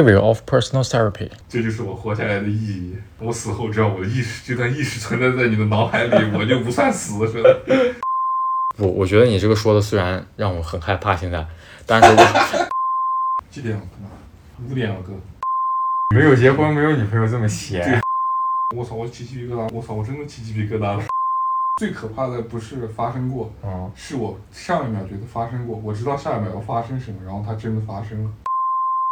Review of Personal Therapy。这就是我活下来的意义。我死后，只要我的意识这段意识存在在你的脑海里，我就不算死，是吧？我我觉得你这个说的虽然让我很害怕现在，但是我几点了？哥？五点了，哥。 没有结婚，没有女朋友这么闲。我操！我起鸡皮疙瘩！我操！我真的起鸡皮疙瘩了。最可怕的不是发生过，嗯，是我上一秒觉得发生过，我知道下一秒要发生什么，然后它真的发生了。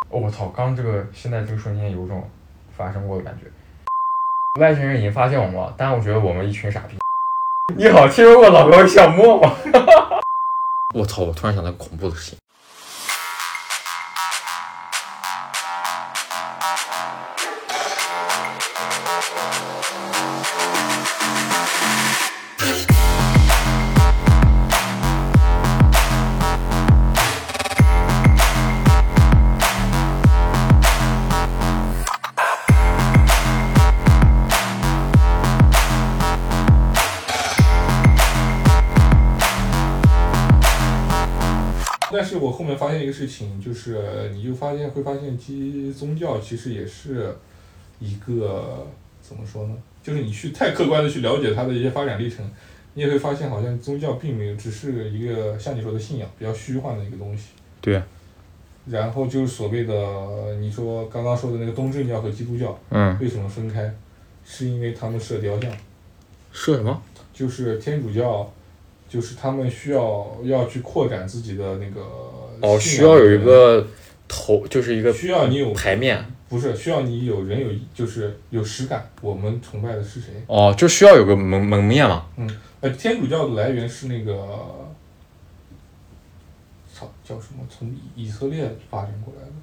哦我操，刚这个现在这个瞬间有种发生过的感觉。外星人已经发现我们了，但我觉得我们一群傻逼。你好，听说过老高与小莫吗？ 我操！我突然想到个恐怖的事情。但是我后面发现一个事情，就是你就发现会发现，基宗教其实也是一个怎么说呢？就是你去太客观的去了解它的一些发展历程，你也会发现，好像宗教并没有，只是一个像你说的信仰，比较虚幻的一个东西。对，然后就是所谓的你说刚刚说的那个东正教和基督教嗯，为什么分开，是因为他们射雕像。是什么？就是天主教，就是他们需要要去扩展自己的那个哦，需信仰啊要有一个头，就是一个需要你有牌面。不是需要你有人有就是有实感，我们崇拜的是谁？哦，就需要有个蒙蒙面嘛。呃，天主教的来源是那个，操叫什么？从以以色列发展过来的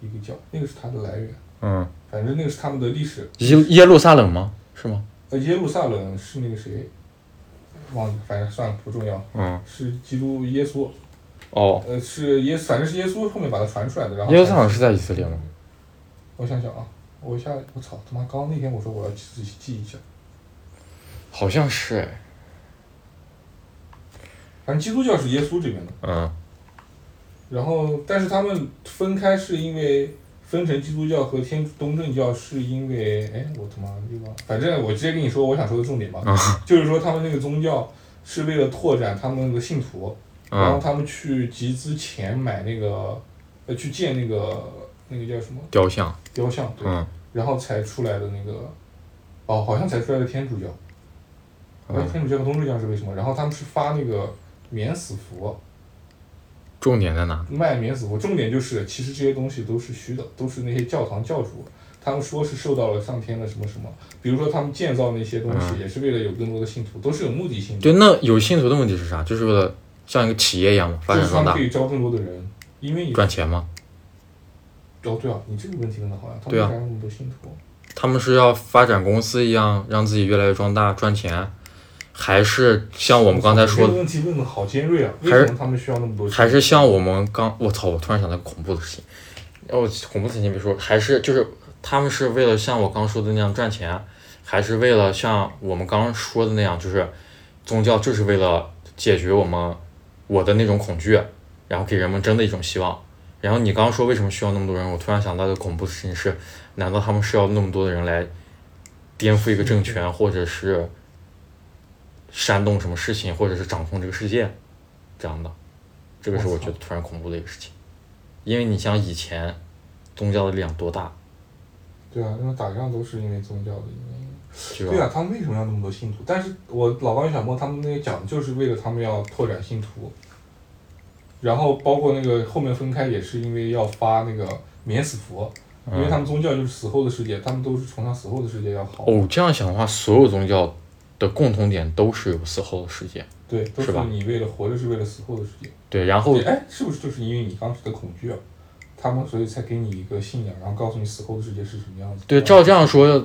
一个教，那个是它的来源，嗯，反正那个是他们的历史。耶耶路撒冷吗？是吗？呃，耶路撒冷是那个谁？忘了，反正算了，不重要。嗯，是基督耶稣，哦，呃，是耶，反正是耶稣后面把它传出来的。然后耶路撒冷是在以色列吗？我想想啊，我一下我操他妈！刚刚那天我说我要自己记一下，好像是哎。反正基督教是耶稣这边的，嗯，然后但是他们分开是因为分成基督教和天主东正教是因为哎我他妈又忘了，反正我直接跟你说我想说的重点吧，啊 就是说他们那个宗教是为了拓展他们的信徒，然后嗯，他们去集资钱买那个呃去建那个那个叫什么雕像。雕像，对，嗯，然后才出来的那个哦好像才出来的天主教。那嗯天主教和东正教是为什么？然后他们是发那个免死符，重点在哪？卖免死符。重点就是，其实这些东西都是虚的，都是那些教堂教主他们说是受到了上天的什么什么。比如说他们建造那些东西，也是为了有更多的信徒，都是有目的性的，嗯对，那有信徒的目的是啥？就是为了像一个企业一样嘛，发就展是他壮们大可，以招更多的人。因为你赚钱嘛。哦，对啊，你这个问题问的好呀，他们对为啊啥有那么多信徒？他们是要发展公司一样，让自己越来越壮大，赚钱，还是像我们刚才你说这的个，问题问的好尖锐啊！为还是什么他们需要那么多信徒？还是像我们刚，我操！我突然想到个恐怖的事情，哦，恐怖的事情别说，还是就是他们是为了像我刚说的那样赚钱，还是为了像我们刚说的那样，就是宗教就是为了解决我们我的那种恐惧，然后给人们真的一种希望。然后你刚刚说为什么需要那么多人，我突然想到的恐怖的事情是，难道他们是要那么多的人来颠覆一个政权，或者是煽动什么事情，或者是掌控这个世界这样的？这个是我觉得突然恐怖的一个事情，因为你像以前宗教的力量多大，对啊，因为打仗都是因为宗教的原因。对对吧？啊，他们为什么要那么多信徒？但是我老王与小莫他们那个讲，就是为了他们要拓展信徒，然后包括那个后面分开也是因为要发那个免死符，因嗯为他们宗教就是死后的世界，他们都是崇尚死后的世界要好，哦，这样想的话，所有宗教的共同点都是有死后的世界，对，都是是吧你为了活着是为了死后的世界。对，然后对，哎，是不是就是因为你当时的恐惧啊？他们所以才给你一个信仰，然后告诉你死后的世界是什么样子。对，照这样说，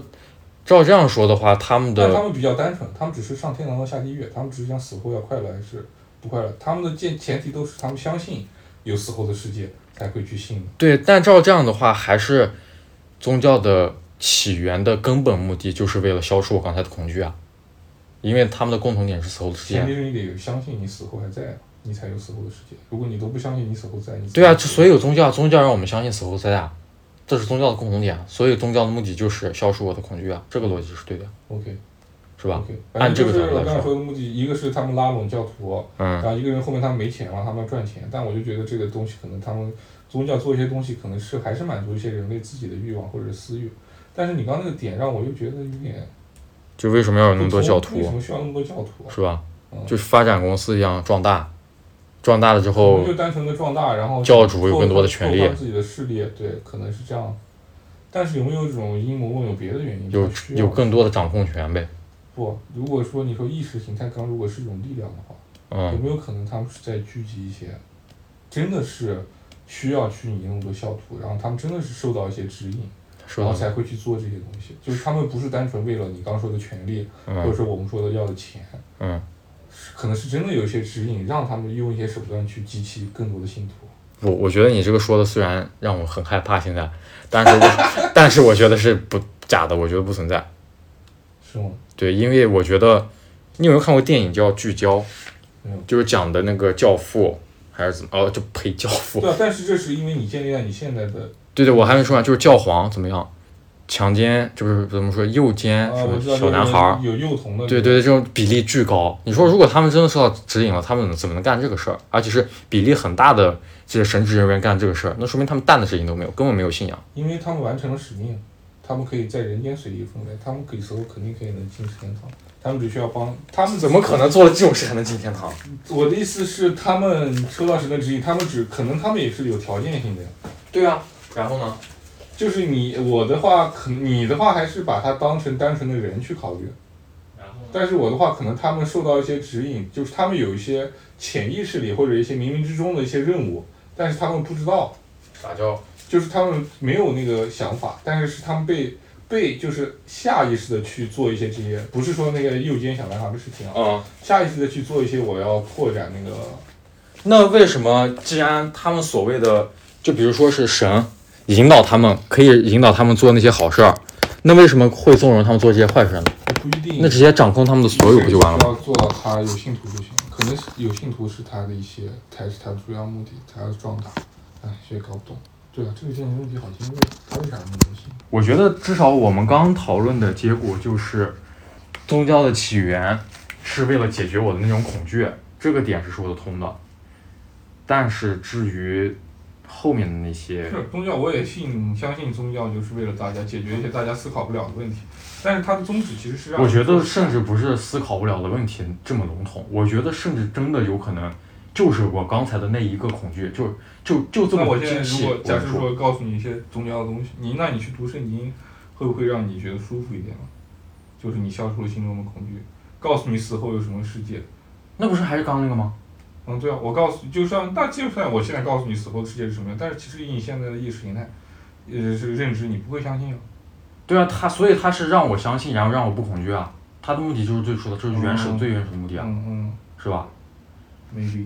照这样说的话，他们但他的们比较单纯，他们只是上天堂和下地狱，他们只是想死后要快乐还是不快乐。他们的前前提都是他们相信有死后的世界才会去信的。对，但照这样的话，还是宗教的起源的根本目的就是为了消除我刚才的恐惧啊，因为他们的共同点是死啊后的世前提界。是你得有相信你死后还在，你才有死后的世界。如果你都不相信你死后在，你对啊，就所以有宗教，宗教让我们相信死后在啊，这是宗教的共同点，所以宗教的目的就是消除我的恐惧啊，这个逻辑是对的， OK 是吧？ OK，按这个就是角度我来刚才说，说的目的，一个是他们拉拢教徒，嗯然后一个人后面他们没钱了，他们要赚钱，但我就觉得这个东西可能他们宗教做一些东西，可能是还是满足一些人类自己的欲望或者是私欲。但是你刚刚那个点让我又觉得有点就为什么要有那么多教为什徒，么需要那么多教徒啊？是吧？嗯就是发展公司一样壮大，壮大了之我后们就单纯的壮大，然后教主有更多的权利拓宽自己的势力，对，可能是这样。但是有没有这种阴谋论？有别的原因？有它需要有更多的掌控权呗，不？如果说你说意识形态刚如果是一种力量的话，有嗯，没有可能他们是在聚集一些，真的是需要去你那么多教徒，然后他们真的是受到一些指引，是然后的，才会去做这些东西？就是他们不是单纯为了你刚说的权利，或者嗯说我们说的要的钱，嗯，是可能是真的有一些指引，让他们用一些手段去激起更多的信徒。我我觉得你这个说的虽然让我很害怕现在，但是我 但是我觉得是不假的，我觉得不存在。是吗？对，因为我觉得你有没有看过电影叫《聚焦》没有，就是讲的那个教父还是怎么哦，就呸，教父。对啊，但是这是因为你建立在你现在的对对，我还没说完，就是教皇怎么样，强奸就是怎么说诱奸啊，什我知道嗯么小男孩儿，有幼童的，对对，对，这种比例巨高。你说如果他们真的受到指引了，他们怎么能干这个事儿？而且是比例很大的这些神职人员干这个事儿，那说明他们蛋的事情都没有，根本没有信仰。因为他们完成了使命，他们可以在人间随意分飞，他们可以时候肯定可以能进天堂，他们只需要帮他们怎么可？能做了这种事还能进天堂？我的意思是，他们收到神的指引，他们只可能他们也是有条件性的呀。对啊，然后呢？就是你我的话，可你的话还是把它当成单纯的人去考虑，然后但是我的话，可能他们受到一些指引，就是他们有一些潜意识里或者一些冥冥之中的一些任务，但是他们不知道。撒娇，就是他们没有那个想法，但是是他们被被就是下意识的去做一些这些，不是说那个诱奸小男孩的事情啊，嗯，下意识的去做一些我要拓展那个，那为什么既然他们所谓的，就比如说是神引导他们，可以引导他们做那些好事儿，那为什么会纵容他们做这些坏事儿呢？不一定。那直接掌控他们的所有不就完了只吗？要做到他有信徒就行，可能有信徒是他的一些才是他的主要目的，他要壮大，哎，谁也搞不懂。对啊，这个现在问题好尖锐，他为啥那么流行？我觉得至少我们刚讨论的结果就是，宗教的起源是为了解决我的那种恐惧，这个点是说得通的。但是至于后面的那些，是宗教，我也信，相信宗教就是为了大家解决一些大家思考不了的问题，但是它的宗旨其实是让我觉得甚至不是思考不了的问题这么笼统，我觉得甚至真的有可能就是我刚才的那一个恐惧，就就就这那么我现精在如细。果假我设说，说告诉你一些宗教的东西，你那你去读圣经，会不会让你觉得舒服一点呢？就是你消除了心中的恐惧，告诉你死后有什么世界。那不是还是刚那个吗？嗯，对啊，我告诉，就算那就算我现在告诉你死后的世界是什么样，但是其实以你现在的意识形态，呃，是认知，你不会相信啊。对啊，他所以他是让我相信，然后让我不恐惧啊。他的目的就是最初的，就是原始、嗯最原始的目的啊，嗯嗯是吧？ ，maybe。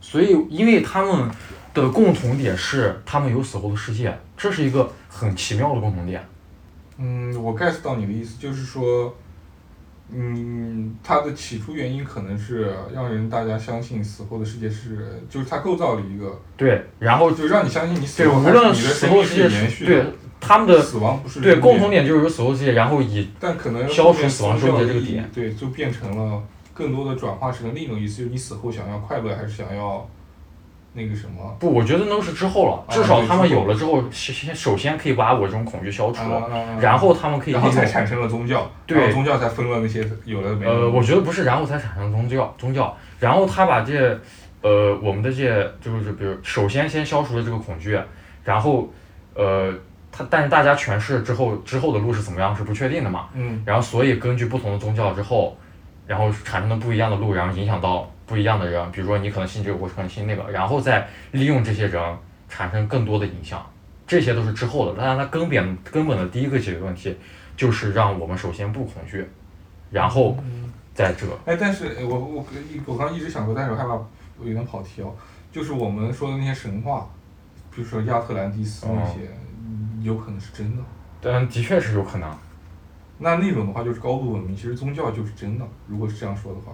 所以，因为他们的共同点是他们有死后的世界，这是一个很奇妙的共同点。嗯，我 get 到你的意思，就是说，嗯，它的起初原因可能是让人大家相信死后的世界是，就是它构造了一个对，然后就让你相信你死对，后无还是论你的死生后命世是界延是续对的，他们的死亡不是对终共同点，点就是有死后世界，然后以但可能消除后面死亡宗教终结这个意义点，对，就变成了更多的转化成了另一种意思，就是你死后想要快乐还是想要那个什么？不，我觉得那都是之后了，啊至少对他们之后有了之后，先首先可以把我这种恐惧消除，啊然后他们可以然后利用才产生了宗教，对然后宗教才分了那些有的没的。呃，我觉得不是，然后才产生宗教，宗教，然后他把这，呃，我们的这就是比如首先先消除了这个恐惧，然后，呃，他但是大家诠释之后之后的路是怎么样是不确定的嘛，嗯，然后所以根据不同的宗教之后，然后产生了不一样的路，然后影响到不一样的人，比如说你可能信这个，我可能信那个，然后再利用这些人产生更多的影响，这些都是之后的。但是它根本根本的第一个解决问题就是让我们首先不恐惧，然后在这哎，但是哎我我我刚一直想说，但是我害怕我有点跑题哦。就是我们说的那些神话，比如说亚特兰蒂斯哦那些，嗯有可能是真的。但的确是有可能。那那种的话就是高度文明，其实宗教就是真的。如果是这样说的话，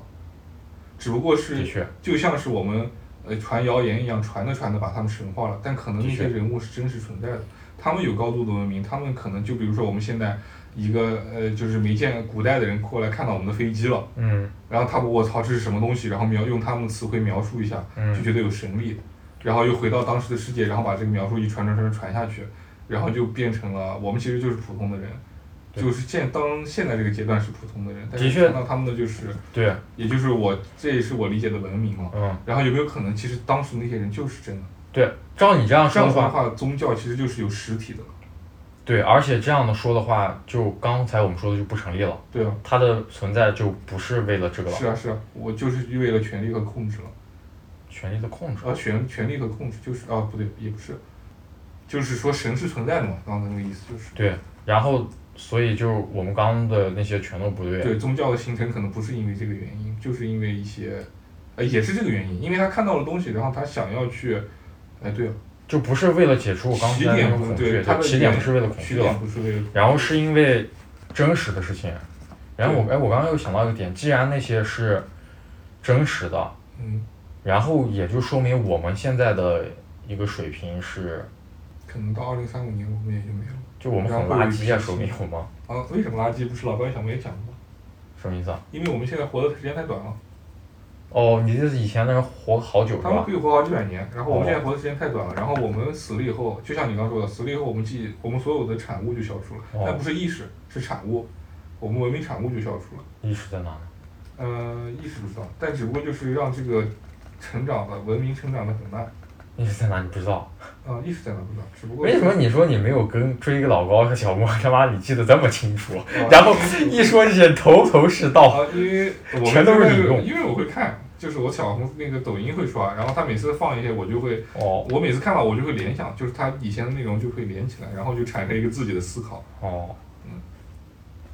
只不过的是确，就像是我们呃传谣言一样，传着传着把他们神化了，但可能那的确些人物是真实存在的。他们有高度的文明，他们可能就比如说我们现在一个呃，就是没见古代的人过来看到我们的飞机了，嗯然后他们我操这是什么东西，然后描用他们的词汇描述一下，就嗯觉得有神力，然后又回到当时的世界，然后把这个描述一传传传传下去，然后就变成了我们其实就是普通的人，对就是现当现在这个阶段是普通的人，但的是确传到他们的就是，对，也就是我这也是我理解的文明啊嘛。嗯然后有没有可能，其实当时那些人就是真的？对，照你这样这啊说样的子的话，话，宗教其实就是有实体的了。对，而且这样的说的话，就刚才我们说的就不成立了，对啊，它的存在就不是为了这个了，是啊是啊，我就是为了权力和控制了。权力的控制。啊，权权力和控制就是啊，不对，也不是，就是说神是存在的嘛。刚才那个意思就是，对，然后所以就我们刚刚的那些全都不对。对宗教的形成可能不是因为这个原因，就是因为一些，呃，也是这个原因，因为他看到了东西，然后他想要去，哎，对啊，就不是为了解除我刚才起那点个不是恐对惧，他对，的起点不是为了恐起惧点了，不是为了，然后是因为真实的事情。然后我哎，我刚刚又想到一个点，既然那些是真实的，嗯，然后也就说明我们现在的一个水平是，可能到二零三五年我们也就没有了。就我们很然后有垃一圾啊，批说新明的我们啊，为什么垃圾？不是老高想我也讲过，什么意思啊？因为我们现在活的时间太短了，哦，你这是以前的人活好久是他们吧可？以活好几百年，然后我们哦现在活的时间太短了，然后我们死了以后，就像你刚说的，死了以后我们记忆，我们所有的产物就消除了，哦但不是意识，是产物，我们文明产物就消除了。意识在哪呢？呃，意识不知道，但只不过就是让这个成长的文明成长的很慢。意识在哪？你不知道？啊，意识在哪不知道，只不过为什么你说你没有跟追老高和小莫他妈你记得这么清楚？啊然后一说这些头头是道。啊，因为我哦全都是你用因为我会看，就是我小红那个抖音会刷，然后他每次放一些，我就会，哦我每次看到我就会联想，就是他以前的内容就会连起来，然后就产生一个自己的思考。哦，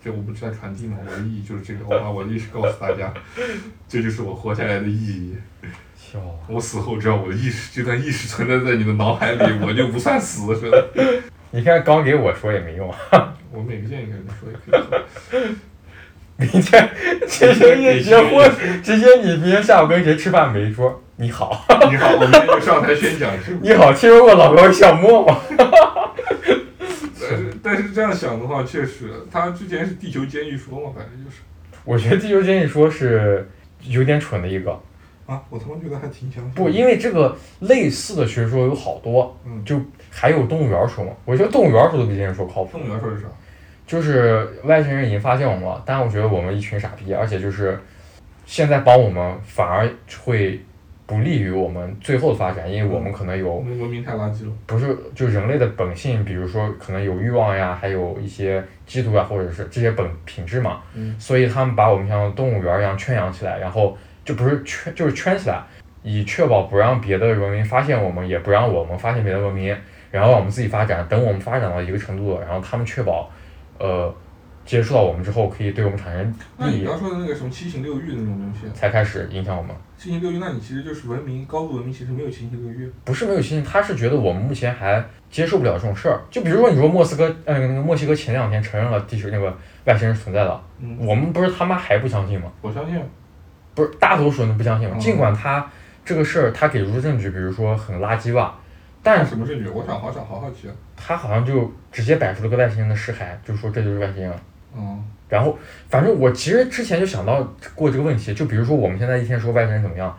这我不是在传递吗？我的意义就是这个，我把我的意识告诉大家， 这就是我活下来的意义。笑啊！我死后，只要我的意识这段意识存在在你的脑海里，我就不算死，是的。你看刚给我说也没用啊， 我每个建议跟你说也可以。明天直接你结婚，直接你明天下午跟谁吃饭没说？你好，你好，我们那个上台宣讲是不你好，听说过老高小莫吗？ 是？但是这样想的话，确实，他之前是地球监狱说嘛，反正就是我觉得地球监狱说是有点蠢的一个，啊，我他妈觉得还挺相信的。不，因为这个类似的学说有好多，嗯就还有动物园说嘛，我觉得动物园说的比这个说靠谱，动物园说的是啥？就是外星人已经发现我们了，但我觉得我们一群傻逼，而且就是现在帮我们反而会不利于我们最后的发展，因为我们可能有我们文明太垃圾了。不是就人类的本性，比如说可能有欲望呀，还有一些嫉妒啊，或者是这些本品质嘛，嗯所以他们把我们像动物园一样圈养起来，然后就不是圈就是圈起来，以确保不让别的文明发现我们，也不让我们发现别的文明，然后让我们自己发展。等我们发展到一个程度了，然后他们确保，呃，接触到我们之后，可以对我们产生那利你益，刚说的那个什么七情六欲的那种东西，啊才开始影响我们。七情六欲，那你其实就是文明高度文明，其实没有七情六欲。啊不是没有信心，他是觉得我们目前还接受不了这种事儿。就比如说，你说莫斯科，呃，那个墨西哥前两天承认了地球那个外星人存在了，嗯，我们不是他妈还不相信吗？我相信。不是大多数人都不相信吗？嗯尽管他这个事儿他给出证据，比如说很垃圾吧，但什么证据？我想好想好好奇。他好像就直接摆出了个外星人的尸骸，就说这就是外星人。嗯然后，反正我其实之前就想到过这个问题，就比如说我们现在一天说外星人怎么样，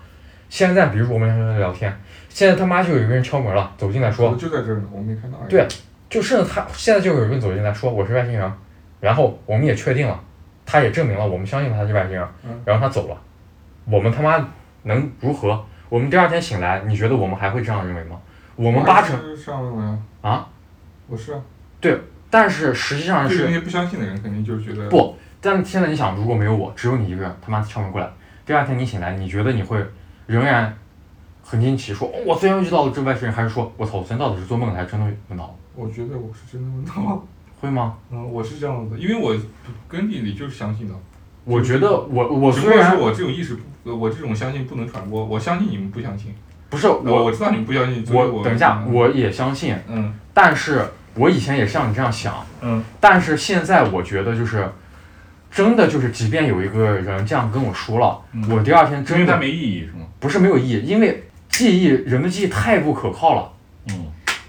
现在比如说我们两个人聊天，现在他妈就有一个人敲门了，走进来说就在这儿呢，我没看到而已。对就甚至他现在就有人走进来说我是外星人，然后我们也确定了，他也证明了我们相信他是外星人嗯，然后他走了，我们他妈能如何？我们第二天醒来，你觉得我们还会这样认为吗？我我们八成是上了呀。啊，我是啊。但是实际上对于那是些不相信的人，肯定就是觉得不但现在你想，如果没有我，只有你一个人，他妈敲门过来，第二天你醒来，你觉得你会仍然很惊奇，说、哦我昨天遇到了这外星人，还是说我操，我昨天到底是做梦的，还是真的梦到了？我觉得我是真的问到了。会吗？嗯，我是这样子，因为我根地里就是相信的。我觉得我我只不虽过是然我这种意识不，呃我这种相信不能传播。我相信你们不相信，不是我我我知嗯道你们不相信。所以我等一下，我也相信，嗯但是我以前也像你这样想，嗯，但是现在我觉得就是，真的就是，即便有一个人这样跟我说了，嗯我第二天因为真它的没意义是吗？不是没有意义，因为记忆人的记忆太不可靠了。嗯，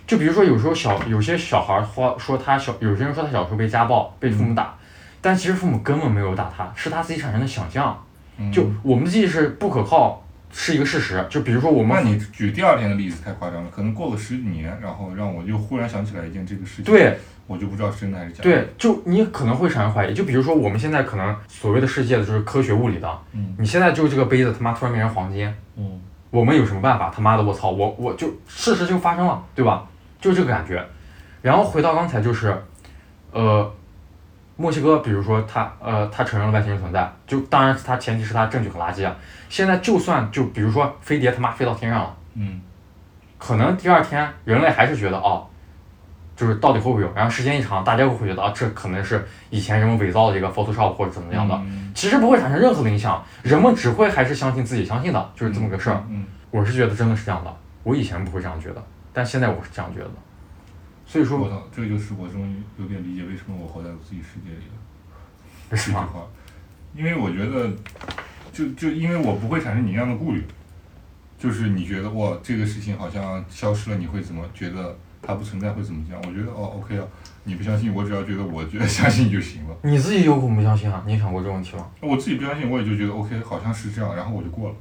就比如说有时候小有些小孩说说他小，有些人说他小时候被家暴，被父母打，嗯但其实父母根本没有打他，是他自己产生的想象。嗯就我们的记忆是不可靠，是一个事实。就比如说我那们你举第二天的例子太夸张了，可能过了十几年，然后让我又忽然想起来一件这个事情，，对我就不知道是真的还是假的。，对，就你可能会产生怀疑。就比如说我们现在可能所谓的世界的就是科学物理的，嗯你现在就这个杯子他妈突然变成黄金，嗯，我们有什么办法？他妈的，我操，我我就事实就发生了，对吧？就这个感觉。然后回到刚才就是，呃，墨西哥，比如说他呃他承认了外星人存在，就当然他前提是他证据很垃圾啊。现在就算就比如说飞碟他妈飞到天上了。嗯可能第二天人类还是觉得哦，就是到底会不会有？然后时间一长，大家会觉得啊，这可能是以前人们伪造的一个 Photoshop 或者怎么样的，嗯其实不会产生任何的影响，人们只会还是相信自己相信的，就是这么个事儿。嗯，我是觉得真的是这样的，我以前不会这样觉得，但现在我是这样觉得的。所以嗯说，我操，这就是我终于有点理解为什么我活在我自己世界里了。为什这句么？话，因为我觉得，就就因为我不会产生你那样的顾虑，就是你觉得哇，这个事情好像消失了，你会怎么觉得它不存在会怎么样？我觉得哦，OK 啊，你不相信，我只要觉得我觉得相信就行了。你自己有恐不相信啊？你也想过这个问题吗？我自己不相信，我也就觉得 OK，好像是这样，然后我就过了，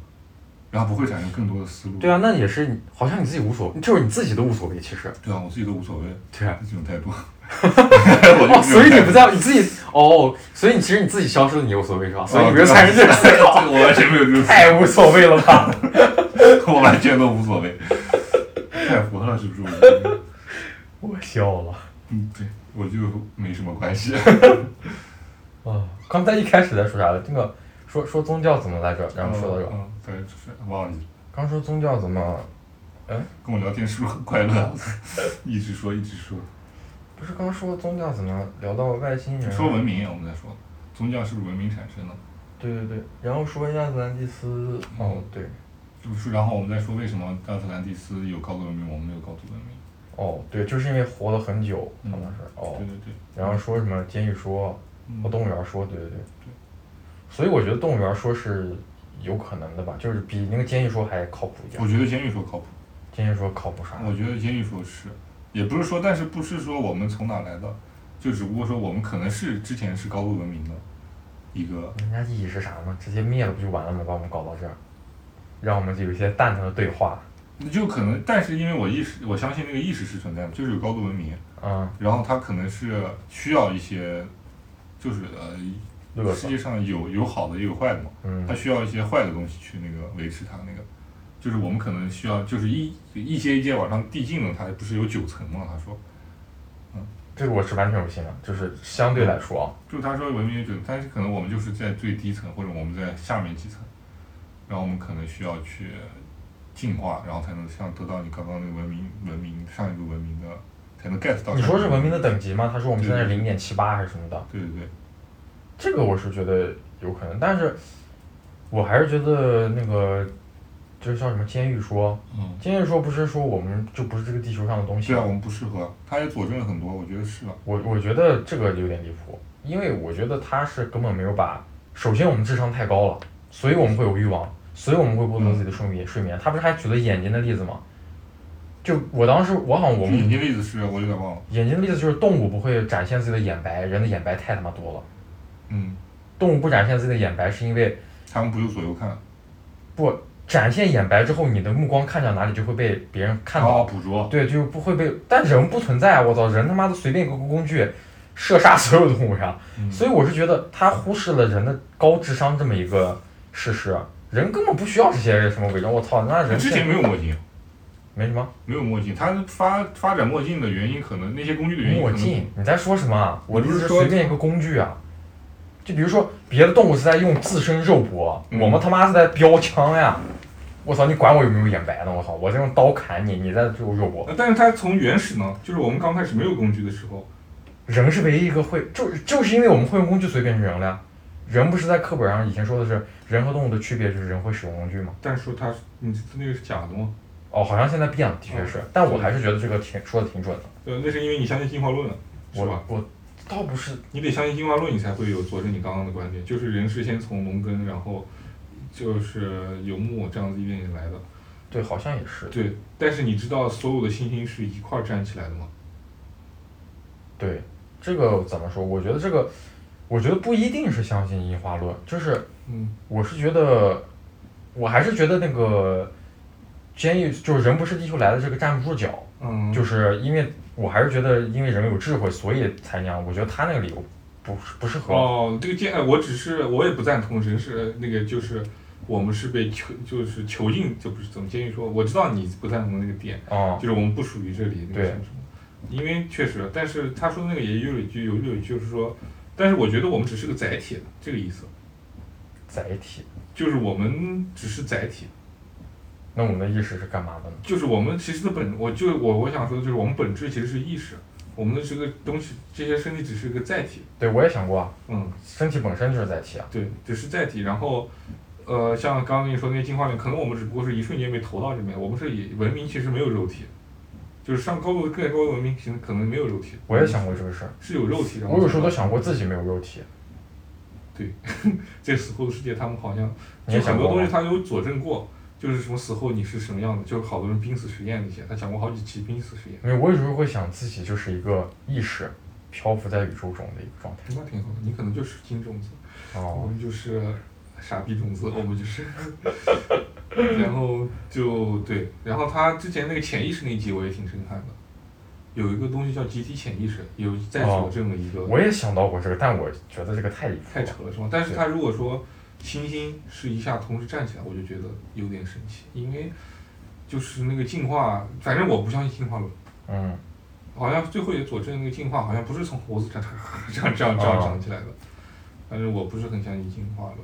然后不会产生更多的思路。对啊，那也是你，好像你自己无所，就是你自己都无所谓，其实。对啊，我自己都无所谓，对 啊。这种 态度。我哦，就所以你不在，在，你自己哦，所以你其实你自己消失了，你也无所谓是吧？所以你不哦用产生这个思这个考。我完全没有这种思太无所谓了吧？ 路，我完全都无所谓，太佛了，是不是？我觉得我笑了。嗯，对，我就没什么关系。啊，刚才一开始在说啥来？这个说说宗教怎么来着？然后说到这个，嗯，嗯对，就是忘记了。刚说宗教怎么跟我聊天是不是很快乐？ 一直说，一直说，不是刚说宗教怎么聊到外星人？说文明，我们在说宗教是不是文明产生的？对对对，然后说亚特兰蒂斯。嗯哦对，是不是？然后我们再说为什么亚特兰蒂斯有高度文明，我们没有高度文明？哦对，就是因为活了很久，好嗯像是哦对。对对，然后说什么监狱说，哦嗯和动物园说，对对对。所以我觉得动物园说是有可能的吧，就是比那个监狱说还靠谱一我点。觉得监狱说靠谱，监狱说靠谱啥？我觉得监狱说是，也不是说，但是不是说我们从哪来的，就只不过说我们可能是之前是高度文明的一个人家意义是啥呢？直接灭了不就完了吗？把我们搞到这儿，让我们有一些蛋疼的对话。那就可能，但是因为我意识，我相信那个意识是存在的，就是有高度文明，嗯，然后它可能是需要一些，就是呃，乐世子，界上有有好的也有坏的嘛，它嗯，需要一些坏的东西去那个维持它那个，就是我们可能需要就是一一阶一阶往上递进的，它不是有九层嘛？他说，这个我是完全不信的，就是相对来说啊，就他说文明有九，但是可能我们就是在最低层或者我们在下面几层，然后我们可能需要去进化，然后才能像得到你刚刚那个文明文明上一个文明的，才能 get 到。你说是文明的等级吗？他说我们现在是嗯对零点七八还是什么的，对对对，这个我是觉得有可能，但是我还是觉得那个就是叫什么监狱说，嗯，监狱说不是说我们就不是这个地球上的东西对啊，吗我？们不适合，他也佐证了很多，我觉得是啊，我我觉得这个有点离谱，因为我觉得他是根本没有把，首先我们智商太高了，所以我们会有欲望，所以我们会剥夺自己的睡眠睡眠。他不是还举了眼睛的例子吗？就我当时我好像我就们引进例子是我有点忘了，眼睛的例子就是动物不会展现自己的眼白，人的眼白太他妈多了。嗯，动物不展现自己的眼白是因为他们不就左右看，不展现眼白之后，你的目光看向哪里就会被别人看到。哦，捕捉，对，就不会被，但人不存在，我操，人他妈的随便一个工具射杀所有动物呀，嗯所以我是觉得他忽视了人的高智商这么一个事实，啊人根本不需要这些什么伪装，我操，那人嗯之前没有啊墨镜，没什么没有墨镜，他发发展墨镜的原因，可能那些工具的原因，墨可能镜，你在说什么啊？我的意思你是不是说随便一个工具啊，就比如说别的动物是在用自身肉搏，嗯我们他妈是在标枪呀，我操，你管我有没有眼白呢？我操，我在用刀砍你，你在就肉搏。呃但是它从原始呢，就是我们刚开始没有工具的时候，人是唯一一个会，就就是因为我们会用工具，所以变成人了呀。人不是在课本上以前说的是人和动物的区别就是人会使用工具吗？但是说它，你那个是假的吗？哦，好像现在变了，的确是，嗯但我还是觉得这个挺说的挺准的。呃，那是因为你相信进化论了，是我吧？我倒不是，你得相信进化论，你才会有佐证你刚刚的观点，就是人是先从农耕，然后就是游牧这样子一点点来的。对，好像也是。对，但是你知道所有的星星是一块儿站起来的吗？对，这个怎么说？我觉得这个，我觉得不一定是相信进化论，就是嗯，我是觉得，我还是觉得那个监狱就是人不是地球来的这个站不住脚，嗯就是是因为我还是觉得，因为人有智慧，所以才那样。我觉得他那个理由不是不适合。哦，这个建，哎我只是我也不赞同，人是那个就是我们是被囚，就是囚禁，这不是怎么监狱说，我知道你不赞同那个点，哦、就是我们不属于这里，那个对什么什么，因为确实，但是他说那个也有一句，有有一句就是说，但是我觉得我们只是个载体了，这个意思，载体。就是我们只是载体，那我们的意识是干嘛的呢？就是我们其实的本，我就我我想说的就是我们本质其实是意识，我们的这个东西，这些身体只是个载体，对我也想过啊，嗯，身体本身就是载体啊。对，只是载体。然后，呃，像刚刚跟你说那些进化论，可能我们只不过是一瞬间被投到这边，我们是以文明其实没有肉体，就是上高度更高的文明其实可能没有肉体，我也想过这个事儿，是有肉体。然后我有时候都想过自己没有肉体。这死后的世界，他们好像你也就很想多过啊东西吗？他有佐证过，就是什么死后你是什么样的，就是好多人濒死实验那些，他讲过好几期濒死实验，因为我有时候会想自己就是一个意识漂浮在宇宙中的一个状态。那挺好的。你可能就是金种子。我哦，们就是傻逼种子，我们就是，然后就对，然后他之前那个潜意识那集我也挺震撼的，有一个东西叫集体潜意识，有在佐证了一个，我也想到过这个，但我觉得这个太离谱太了。扯了是吗？但是他如果说星星是一下同时站起来，我就觉得有点神奇，因为就是那个进化，反正我不相信进化论。嗯，好像最后也佐证那个进化，好像不是从猴子这样这样这样这样长起来的。反正我不是很相信进化论，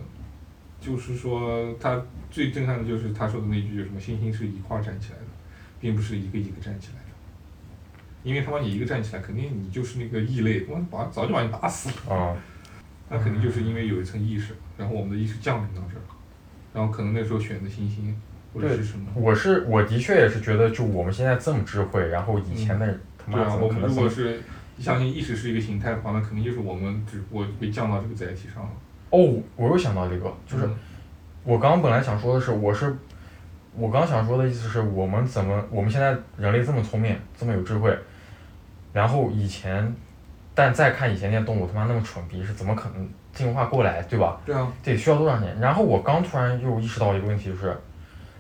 就是说他最震撼的就是他说的那句就是什么猩猩是一块儿站起来的，并不是一个一个站起来的。因为他妈你一个站起来，肯定你就是那个异类，我把早就把你打死了。啊、那肯定就是因为有一层意识，然后我们的意识降临到这儿，然后可能那时候选的猩猩或者是什么。我是我的确也是觉得，就我们现在这么智慧，然后以前的人他对妈啊，怎我么可们能如这么？果是相信意识是一个形态的话，那肯定就是我们只不过被降到这个载体上了。哦，我又想到了一个，就是嗯我刚刚本来想说的是，我是我刚想说的意思是我们怎么我们现在人类这么聪明，这么有智慧，然后以前，但再看以前那些动物他妈那么蠢逼，是怎么可能进化过来，对吧？对啊，得需要多长时间？然后我刚突然又意识到一个问题，就是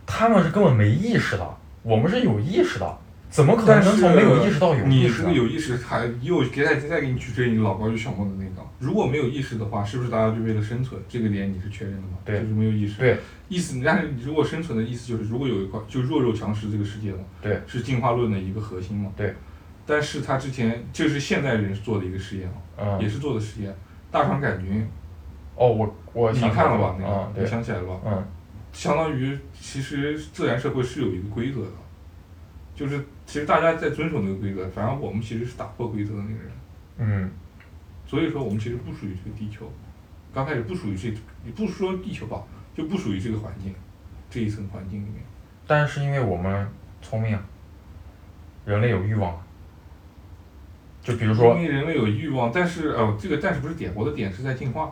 他们是根本没意识的，我们是有意识的，怎么可能但能是从没有意识到有意你识啊这呢个？有意识还又给再再给你举这你老高与小莫的那个，如果没有意识的话，是不是大家就为了生存？这个点你是确认的吗？对就是没有意识。对，意思，但是你如果生存的意思就是，如果有一块就弱肉强食这个世界嘛，对，是进化论的一个核心嘛。对，但是他之前这是现代人做的一个实验嘛，也嗯，是做的实验，大肠杆菌，哦，我我你想起看来了吧？那个嗯，，你对，想起来了吧？嗯，相当于其实自然社会是有一个规则的，就是其实大家在遵守那个规则，反而我们其实是打破规则的那个人，嗯，所以说我们其实不属于这个地球，刚开始不属于这，你不说地球吧，就不属于这个环境，这一层环境里面，但是因为我们聪明啊，人类有欲望啊，就比如说因为人类有欲望，但是呃，这个但是不是点，我的点是在进化，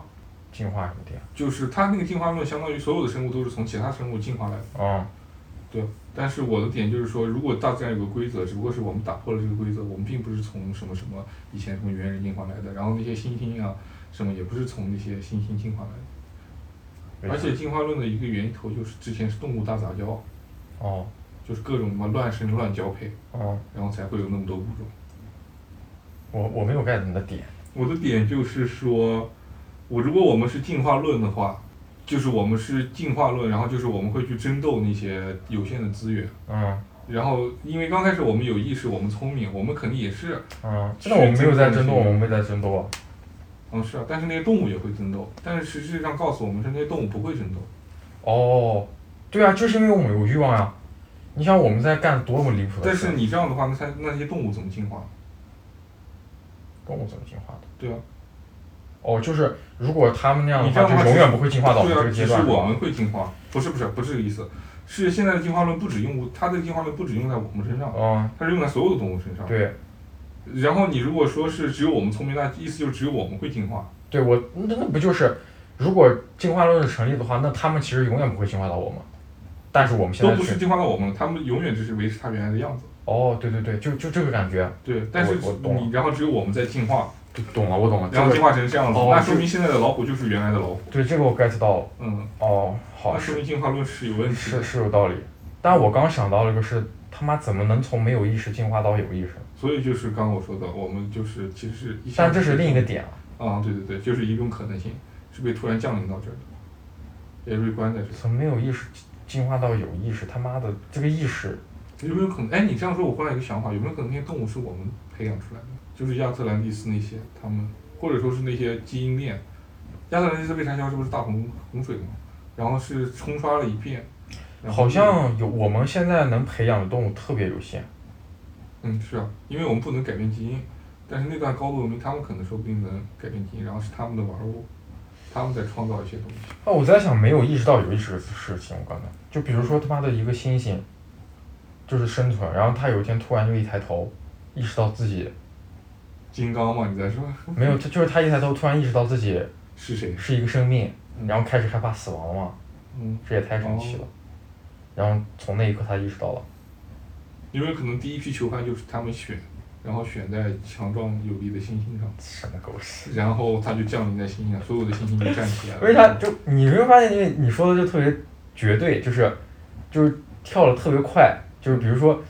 进化什么的，就是它那个进化论相当于所有的生物都是从其他生物进化来的，嗯，但是我的点就是说，如果大自然有个规则，只不过是我们打破了这个规则，我们并不是从什么什么以前什么猿人进化来的，然后那些猩猩啊什么也不是从那些猩猩进化来的，而且进化论的一个源头就是之前是动物大杂交，哦就是各种什么乱生乱交配，哦，然后才会有那么多物种。我我没有 get 你的点，我的点就是说，我如果我们是进化论的话，就是我们是进化论，然后就是我们会去争斗那些有限的资源。嗯然后，因为刚开始我们有意识，我们聪明，我们肯定也是嗯，真的我们没有在争斗，是我们没在争斗啊，嗯，是啊，但是那些动物也会争斗，但是实际上告诉我们是那些动物不会争斗。哦，对啊，就是因为我们有欲望呀、啊你想我们在干多么离谱的但事啊儿？是你这样的话，那它那些动物怎么进化？动物怎么进化的？对啊，哦，就是如果他们那样的你这样话，就的话永只远不会进化到我对们这啊，个只阶是段。我们会进化，不是不是不是这个意思，是现在的进化论不只用它的进化论不只用在我们身上，嗯，它是用在所有的动物身上。对然后你如果说是只有我们聪明，那意思就是只有我们会进化。对，我那那不就是，如果进化论是成立的话，那他们其实永远不会进化到我们。但是我们现都在不去是进化到我们，他们永远只是维持它原来的样子。哦，对对对，就就这个感觉，对，但是我懂了你然后只有我们在进化，懂了，我懂了，这然后进个化成这样子，哦那是说明现在的老虎就是原来的老虎。对这个我 get 到了，嗯，哦，好那是说明进化论是有问题是的。是有道理，但我刚想到了一个是他妈怎么能从没有意识进化到有意识？所以就是刚刚我说的，我们就是其实是一下但这是另一个点啊，啊、对对对，就是一种可能性是被突然降临到这儿的，也瑞观在这从没有意识进化到有意识，他妈的这个意识里。有没有可能？哎，你这样说，我忽然有个想法，有没有可能那些动物是我们培养出来的？就是亚特兰蒂斯那些他们，或者说是那些基因链。亚特兰蒂斯被沙丘是不是大洪洪水嘛？然后是冲刷了一遍，然后好像有我们现在能培养的动物特别有限，嗯是啊，因为我们不能改变基因，但是那段高度文明他们可能说不定能改变基因，然后是他们的玩物，他们在创造一些东西。啊，我在想没有意识到有意识的事情，我刚才就比如说他妈的一个猩猩，就是生存，然后他有一天突然就一抬头，意识到自己金刚嘛，你在说没有，他就是他一抬头突然意识到自己是谁？是一个生命，嗯然后开始害怕死亡了嘛，嗯，这也太神奇了。然后从那一刻他意识到了，有没有可能第一批囚犯就是他们选，然后选在强壮有力的猩猩上，什么狗屎？然后他就降临在猩猩上，所有的猩猩就站起来了。为啥就你没有发现，因为你说的就特别绝对，就是就是跳的特别快，就是比如说，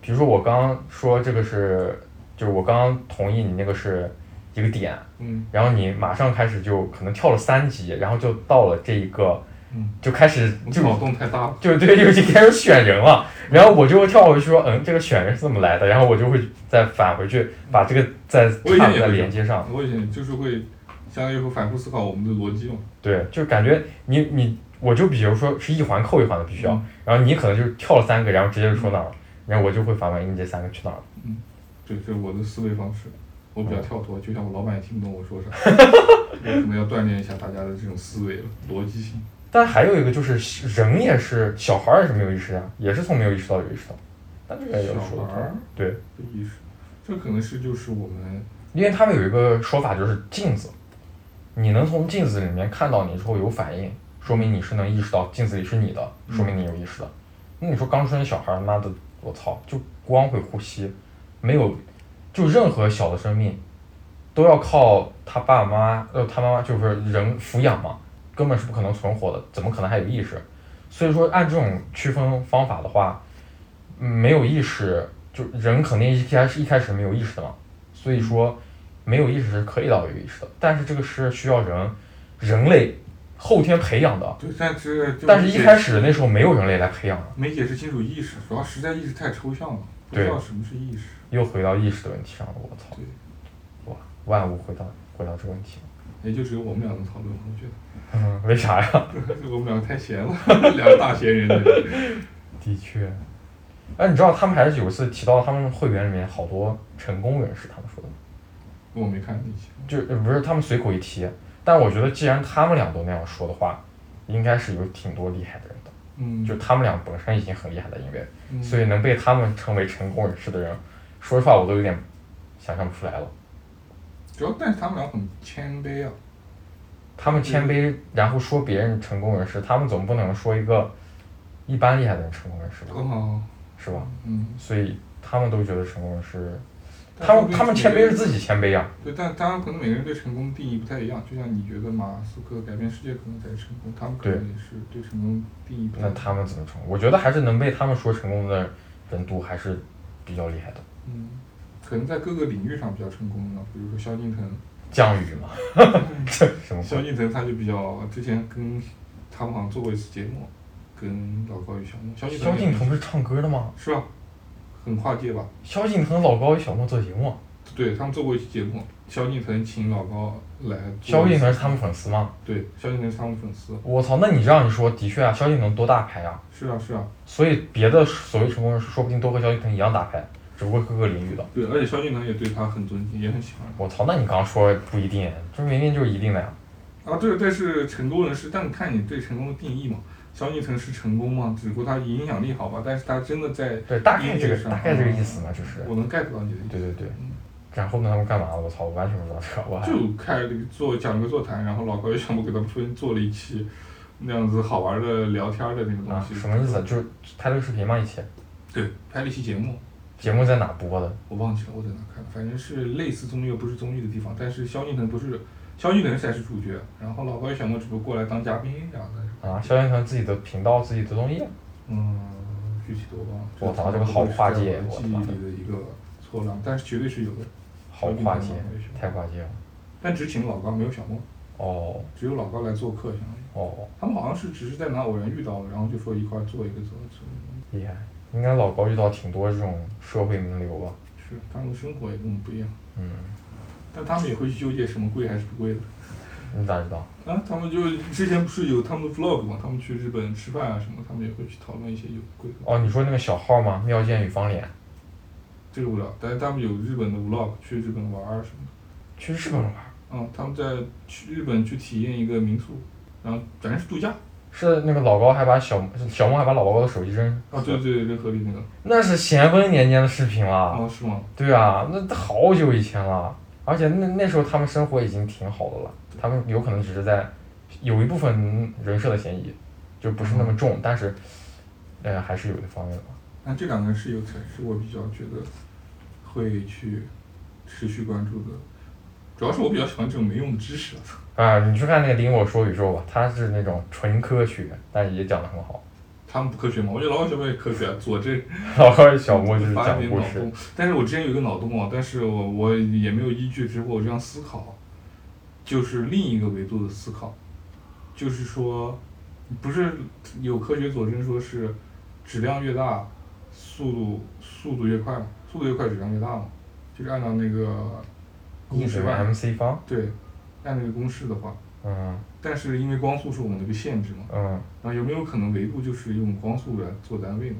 比如说我刚刚说这个是，就是我刚刚同意你那个是一个点，嗯然后你马上开始就可能跳了三级，然后就到了这一个，嗯，就开始我就脑洞太大了。 就对，就已经开始选人了。然后我就会跳回去说，嗯，这个选人是怎么来的？然后我就会再返回去把这个再我以前看也再会连接上。我以前就是会相当于会反复思考我们的逻辑嘛。对，就感觉你你，我就比如说是一环扣一环的必须要，嗯然后你可能就跳了三个，然后直接就说哪儿了，然后我就会反问你这三个去哪儿了。对，这是我的思维方式，我比较跳脱，就像我老板也听不懂我 说啥，我可能要锻炼一下大家的这种思维了，逻辑性。但还有一个就是人也是小孩儿也是没有意识的呀，也是从没有意识到有意识到，但这个也小说孩儿对，的意识，这可能是就是我们因为他们有一个说法就是镜子，你能从镜子里面看到你之后有反应，说明你是能意识到镜子里是你的，说明你有意识的。那你说刚出生小孩儿，妈的，我操，就光会呼吸，没有，就任何小的生命，都要靠他爸爸妈妈，呃，他妈妈就是人抚养嘛，根本是不可能存活的，怎么可能还有意识？所以说，按这种区分方法的话，嗯没有意识，就人肯定一开始一开始没有意识的嘛，所以说。没有意识是可以到有意识的，但是这个是需要人人类后天培养的，对，但是就但是一解开始那时候没有人类来培养的，没解释清楚意识，主要实在意识太抽象了，不对知道什么是意识。又回到意识的问题上了。我操对，哇，万物回到回到这个问题了，也就只有我们俩能讨论，我觉得嗯，为啥呀？ 我们两个太闲了，两个大闲人在这里。 的确，哎，你知道他们还是有一次提到他们会员里面好多成功人士，他们说的，我没看那期，就呃不是他们随口一提，但我觉得既然他们俩都那样说的话，应该是有挺多厉害的人的，嗯，就他们俩本身已经很厉害的，因为。嗯所以能被他们称为成功人士的人，说实话我都有点想象不出来了。主要，但是他们俩很谦卑啊。他们谦卑，嗯然后说别人成功人士，他们总不能说一个一般厉害的人成功人士吧，哦，是吧？嗯，所以他们都觉得成功人士，但他们说不定他们谦卑每个是人自己谦卑啊呀、对，但当然可能每个人对成功定义不太一样。就像你觉得马斯克改变世界可能才是成功，他们可能也是对成功定义不太那一样。他们怎么成功？我觉得还是能被他们说成功的人读还是比较厉害的。嗯，可能在各个领域上比较成功的，比如说萧敬腾，降雨嘛， 这什么嗯萧鬼？敬腾他就比较之前跟他们好像做过一次节目，跟老高与小莫。萧敬腾萧也敬腾不是唱歌的吗？是吧？很跨界吧？萧敬腾、老高与小莫做节目啊，对他们做过一期节目，萧敬腾请老高来做萧一次。敬腾是他们粉丝吗？对萧敬腾是他们粉丝。我操，那你这样一说，的确啊，萧敬腾多大牌啊！是啊是啊，所以别的所谓成功人士，说不定都和萧敬腾一样打牌，只不过各个领域的。对，而且萧敬腾也对他很尊敬，也很喜欢。我操，那你刚说不一定，这明明就是一定的呀。啊，这这是成功人士，但看你对成功的定义嘛。萧敬腾是成功嘛，只不过他影响力好吧，但是他真的在，对，大概这音乐个上大概这个意思嘛，就是。嗯我能 get 到你的意思。对对对嗯。然后呢，他们干嘛了？我操，我哎完全不知道这个，我还就开了个做讲了个座谈，然后老高又想我给他们分做了一期那样子好玩的聊天的那个东啊西。？什么意思？就是拍了个视频吗？一起？对，拍了一期节目，节目在哪播的？我忘记了我在哪看的，反正是类似综艺又不是综艺的地方，但是萧敬腾不是，萧敬腾才是主角，然后老高与小莫只不过过来当嘉宾这样的。啊，萧敬腾自己的频道、自己的综艺。嗯，具体多忘了。我操这个好跨界这是在我记忆里的一个错乱，但是绝对是有的。好跨界，嗯太跨界了。但只请老高，没有小莫，哦只有老高来做客相当于。哦，他们好像是只是在哪偶然遇到了，然后就说一块儿做一个做做。厉害！应该老高遇到挺多这种社会名流吧？是，他们的生活也跟我们不一样，嗯，但他们也会去纠结什么贵还是不贵的。你咋知道？啊，他们就之前不是有他们的 vlog 嘛，他们去日本吃饭啊什么，他们也会去讨论一些有贵的。哦，你说那个小号吗？妙见与方脸，这个无聊，但是他们有日本的 vlog，去日本玩儿什么的。去日本玩儿，嗯，他们在去日本去体验一个民宿，然后反正是度假。是那个老高还把小小梦还把老高的手机扔，啊，对对对，扔河里那个。那是咸丰年间的视频了。啊，是吗？对啊，那好久以前了，而且那那时候他们生活已经挺好的了，他们有可能只是在有一部分人设的嫌疑，就不是那么重，嗯但是呃还是有这方面的吧。那这两个是有才是我比较觉得会去持续关注的，主要是我比较喜欢这种没用的知识啊。啊，你去看那个《零我说宇宙》吧，它是那种纯科学，但也讲得很好。他们不科学吗？我觉得老高小莫也科学啊，佐证然后小莫就是发讲明故脑事洞。但是我之前有一个脑洞啊，但是我我也没有依据，之后我这样思考，就是另一个维度的思考，就是说，不是有科学佐证说是质量越大，速度速度越快嘛，速度越快质量越大嘛，就是按照那个一公直式吧， MC 方，对，按那个公式的话，嗯但是因为光速是我们的一个限制嘛，嗯然后有没有可能维度就是用光速来做单位呢？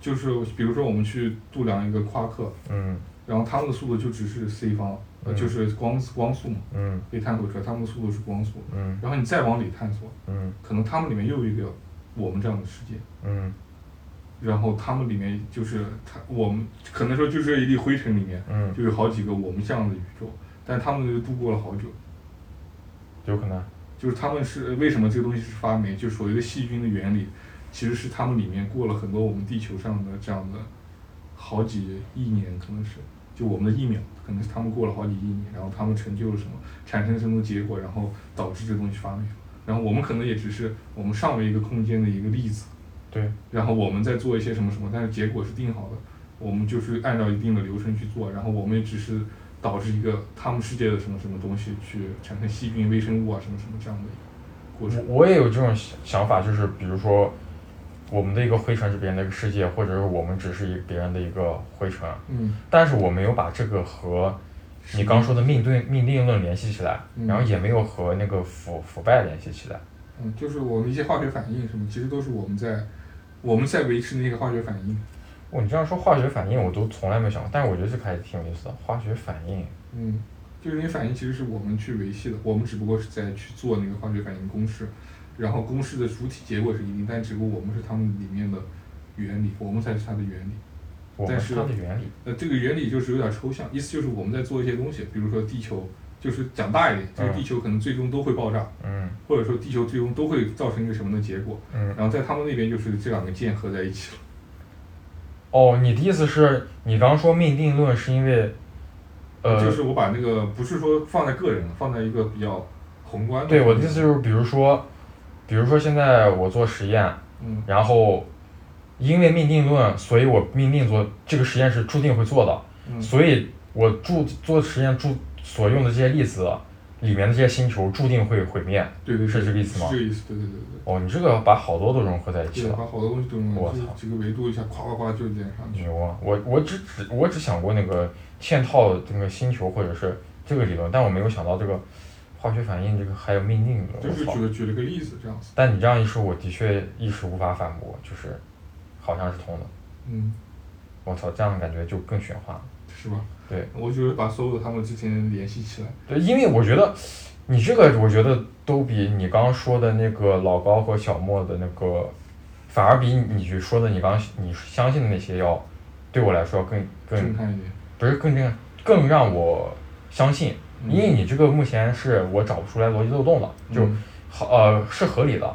就是比如说我们去度量一个夸克，嗯然后他们的速度就只是 c 方，呃嗯就是光光速嘛，嗯被探索出来，他们的速度是光速。嗯然后你再往里探索，嗯可能他们里面又有一个我们这样的世界，嗯然后他们里面就是他我们可能说就是一粒灰尘里面嗯，就有好几个我们这样的宇宙，但是他们就度过了好久。有可能。就是他们是为什么这个东西是发霉，就所谓的细菌的原理，其实是他们里面过了很多我们地球上的这样的好几亿年，可能是就我们的一秒，可能是他们过了好几亿年，然后他们成就了什么，产生什么结果，然后导致这个东西发霉了。然后我们可能也只是我们上为一个空间的一个例子，对，然后我们在做一些什么什么，但是结果是定好的，我们就是按照一定的流程去做，然后我们也只是导致一个他们世界的什么什么东西去产生细菌、微生物啊什么什么这样的一个过我程。我也有这种想想法，就是比如说，我们的一个灰尘是别人的一个世界，或者是我们只是一别人的一个灰尘，嗯，但是我没有把这个和你刚说的命对命定论联系起来，嗯然后也没有和那个腐腐败联系起来。嗯，就是我们一些化学反应什么，其实都是我们在我们在维持那个化学反应。哦，你这样说化学反应，我都从来没有想过，但是我觉得这个还挺有意思的。化学反应，嗯，就是那些反应其实是我们去维系的，我们只不过是在去做那个化学反应公式，然后公式的主体结果是一定，但只不过我们是他们里面的原理，我们才是它的原理。我们但是是它的原理。呃，这个原理就是有点抽象，意思就是我们在做一些东西，比如说地球，就是讲大一点，就是地球可能最终都会爆炸，嗯或者说地球最终都会造成一个什么的结果。嗯。然后在他们那边就是这两个键合在一起了。哦，你的意思是你刚说命定论是因为，呃，就是我把那个不是说放在个人，放在一个比较宏观的。对我的意思就是，比如说，比如说现在我做实验，嗯然后因为命定论，所以我命定做这个实验是注定会做的，嗯所以我注做实验注所用的这些粒子里面的这些星球注定会毁灭。对对对是这个意思吗是这个意思，对对对对哦，你这个把好多都融合在一对。起对，了，把好多东西都弄我就是操几个维度一下，夸夸夸就连上去。牛啊！我我只只我只想过那个嵌套那个星球或者是这个理论，但我没有想到这个化学反应这个还有命定就论。是我操！举了举了个例子这样子。但你这样一说，我的确一时无法反驳，就是好像是通的。嗯，我操，这样感觉就更玄幻了。是吧？对，我就是把所有的他们之前联系起来。对，因为我觉得你这个，我觉得都比你刚刚说的那个老高和小莫的那个，反而比你去说的你刚你相信的那些要，对我来说要更震更撼一点。不是更更更让我相信，嗯因为你这个目前是我找不出来逻辑漏洞的，就嗯好呃是合理的，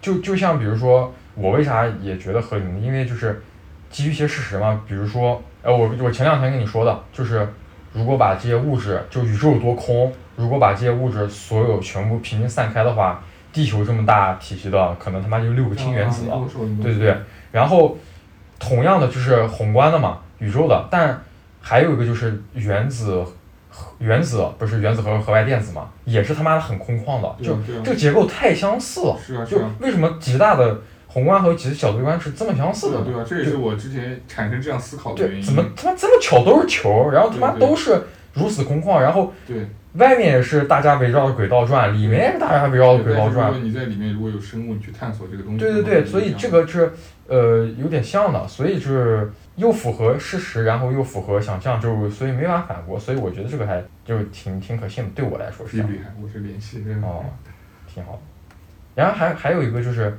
就就像比如说，我为啥也觉得合理呢？因为就是基于一些事实嘛，比如说，哎、我我前两天跟你说的，就是如果把这些物质，就宇宙有多空，如果把这些物质所有全部平均散开的话，地球这么大体积的，可能他妈就六个氢原子了。啊。对对对对，然后同样的就是宏观的嘛，宇宙的，但还有一个就是原子核，原子不是原子核和外电子嘛，也是他妈的很空旷的，对就啊对啊这个结构太相似了，是啊是就啊。为什么极大的宏观和极小的微观是这么相似对的啊呢？对啊，这也是我之前产生这样思考的嗯原对，嗯因。怎么？他妈这么巧都是球，然后他妈对对都是如此空旷，然后对，外面也是大家围绕着轨道转，里面也是大家围绕着轨道但是如转果，你在里面如果有生物，你去探索这个东西。对嗯对对，所以这个是呃有点像的，所以是又符合事实，然后又符合想象，就是所以没法反驳，所以我觉得这个还就是挺挺可信的，对我来说是挺这样的厉害，我是联系人。哦，挺好的。然后还还有一个就是，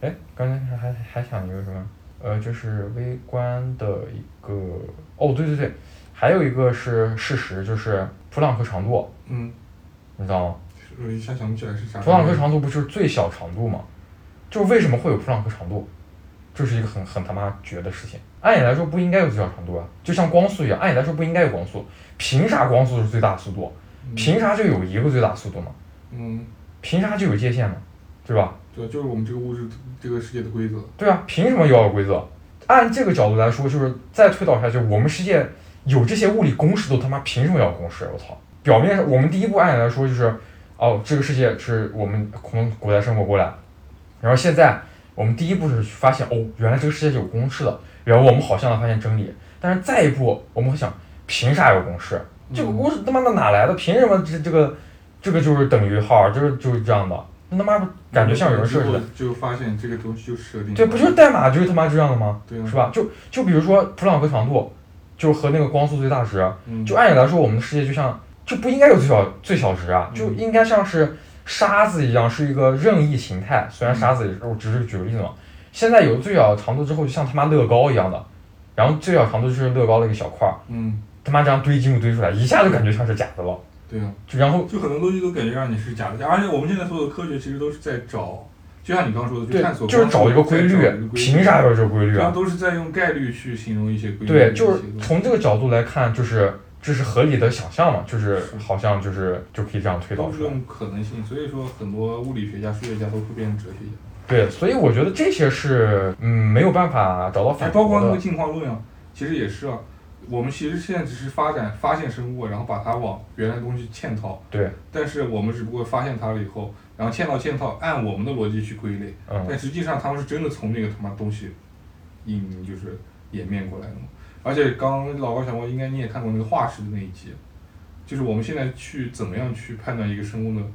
哎，刚才还还还想一个什么？呃，就是微观的一个哦，对对对，还有一个是事实，就是普朗克长度，嗯，你知道吗？我一下想不起来是啥。普朗克长度不就是最小长度吗？就是为什么会有普朗克长度？这是一个很很他妈绝的事情。按理来说不应该有最小长度啊，就像光速一样，按理来说不应该有光速。凭啥光速是最大速度？嗯凭啥就有一个最大速度呢？嗯，凭啥就有界限呢？对吧？对，就是我们这个物质这个世界的规则。对啊，凭什么有规则？按这个角度来说，就是再推导一下，就是我们世界有这些物理公式都他妈凭什么要公式？我操！表面上我们第一步按理来说就是，哦，这个世界是我们从古代生活过来，然后现在我们第一步是发现哦，原来这个世界是有公式的，然后我们好像发现真理，但是再一步我们会想，凭啥有公式？这嗯个公式他妈的哪来的？凭什么这这个这个就是等于号，就是就是这样的？那他妈感觉像有人设置的。，就发现这个东西就设定。对，不就是代码就是他妈这样的吗？对啊是吧？就就比如说普朗克长度，就和那个光速最大值，嗯就按理来说，我们的世界就像就不应该有最小最小值啊，嗯就应该像是沙子一样，是一个任意形态。虽然沙子也是，我只是举个例子嘛。现在有最小长度之后，就像他妈乐高一样的，然后最小长度就是乐高的一个小块儿，嗯，他妈这样堆积木堆出来，一下就感觉像是假的了。对啊，就然后就很多东西都感觉让你是假的，而且我们现在所有的科学其实都是在找，就像你刚刚说的，去对探，索，就是找一个规律，凭啥要有这个规律啊？它都是在用概率去形容一些规律。对，就是从这个角度来看，就是这是合理的想象嘛，就是是好像就是就可以这样推导都是出来。用可能性，所以说很多物理学家、数学家都会变成哲学家，对，所以我觉得这些是嗯没有办法找到哎，反包驳括那个的。进化论啊，其实也是啊。我们其实现在只是发展发现生物，然后把它往原来的东西嵌套，对，但是我们只不过发现它了以后，然后嵌套嵌套，按我们的逻辑去归类，嗯，但实际上他们是真的从那个他妈东西引就是演变过来的嘛。而且刚刚老高小猫应该你也看过那个化石的那一集，就是我们现在去怎么样去判断一个生物的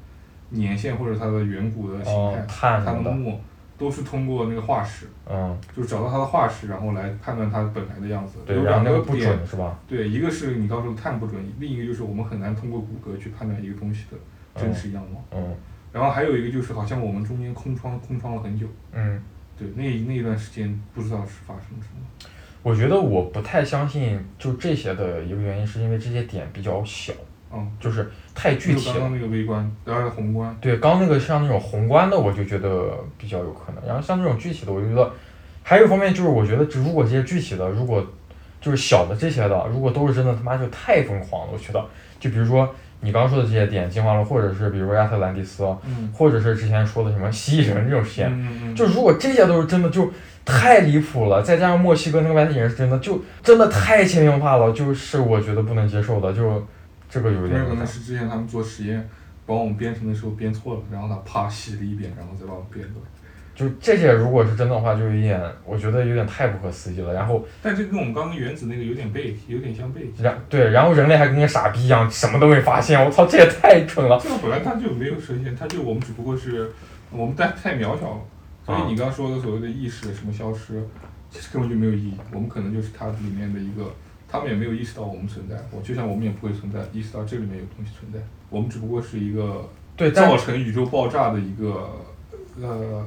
年限或者它的远古的形哦态，，碳它什么的的，墓都是通过那个化石，嗯，就是找到它的化石，然后来判断它本来的样子。对，有然后两那个不点，准是吧？对，一个是你刚说的碳不准，另一个就是我们很难通过骨骼去判断一个东西的真实样貌。嗯然后还有一个就是好像我们中间空窗空窗了很久。嗯，对，那那一段时间不知道是发生什么。我觉得我不太相信就这些的一个原因，是因为这些点比较小，嗯，就是太具就体刚了。刚那个微观，然后宏观，对，刚那个像那种宏观的，我就觉得比较有可能。然后像这种具体的，我就觉得还有一方面就是，我觉得如果这些具体的，如果就是小的这些的，如果都是真的，他妈就太疯狂了。我觉得，就比如说你刚说的这些点，进化论，或者是比如说亚特兰蒂斯，嗯，或者是之前说的什么蜥蜴人这种实验，嗯嗯，就如果这些都是真的，就太离谱了。再加上墨西哥那个外星人是真的，就真的太千变化了，就是我觉得不能接受的，就这个有因点为可能是之前他们做实验，把我们编程的时候编错了，然后他啪洗了一遍，然后再把我们编过来。就这些，如果是真的话，就有点，我觉得有点太不可思议了。然后，但这跟我们刚刚原子那个有点背，有点像背。然对，然后人类还跟个傻逼一样，什么都没发现。我操，这也太蠢了。啊这个本来它就没有神仙，它就我们只不过是我们太太渺小了，所啊以你刚刚说的所谓的意识什么消失，其实根本就没有意义。我们可能就是它里面的一个，他们也没有意识到我们存在，我就像我们也不会存在，意识到这里面有东西存在，我们只不过是一个对，但造成宇宙爆炸的一个呃，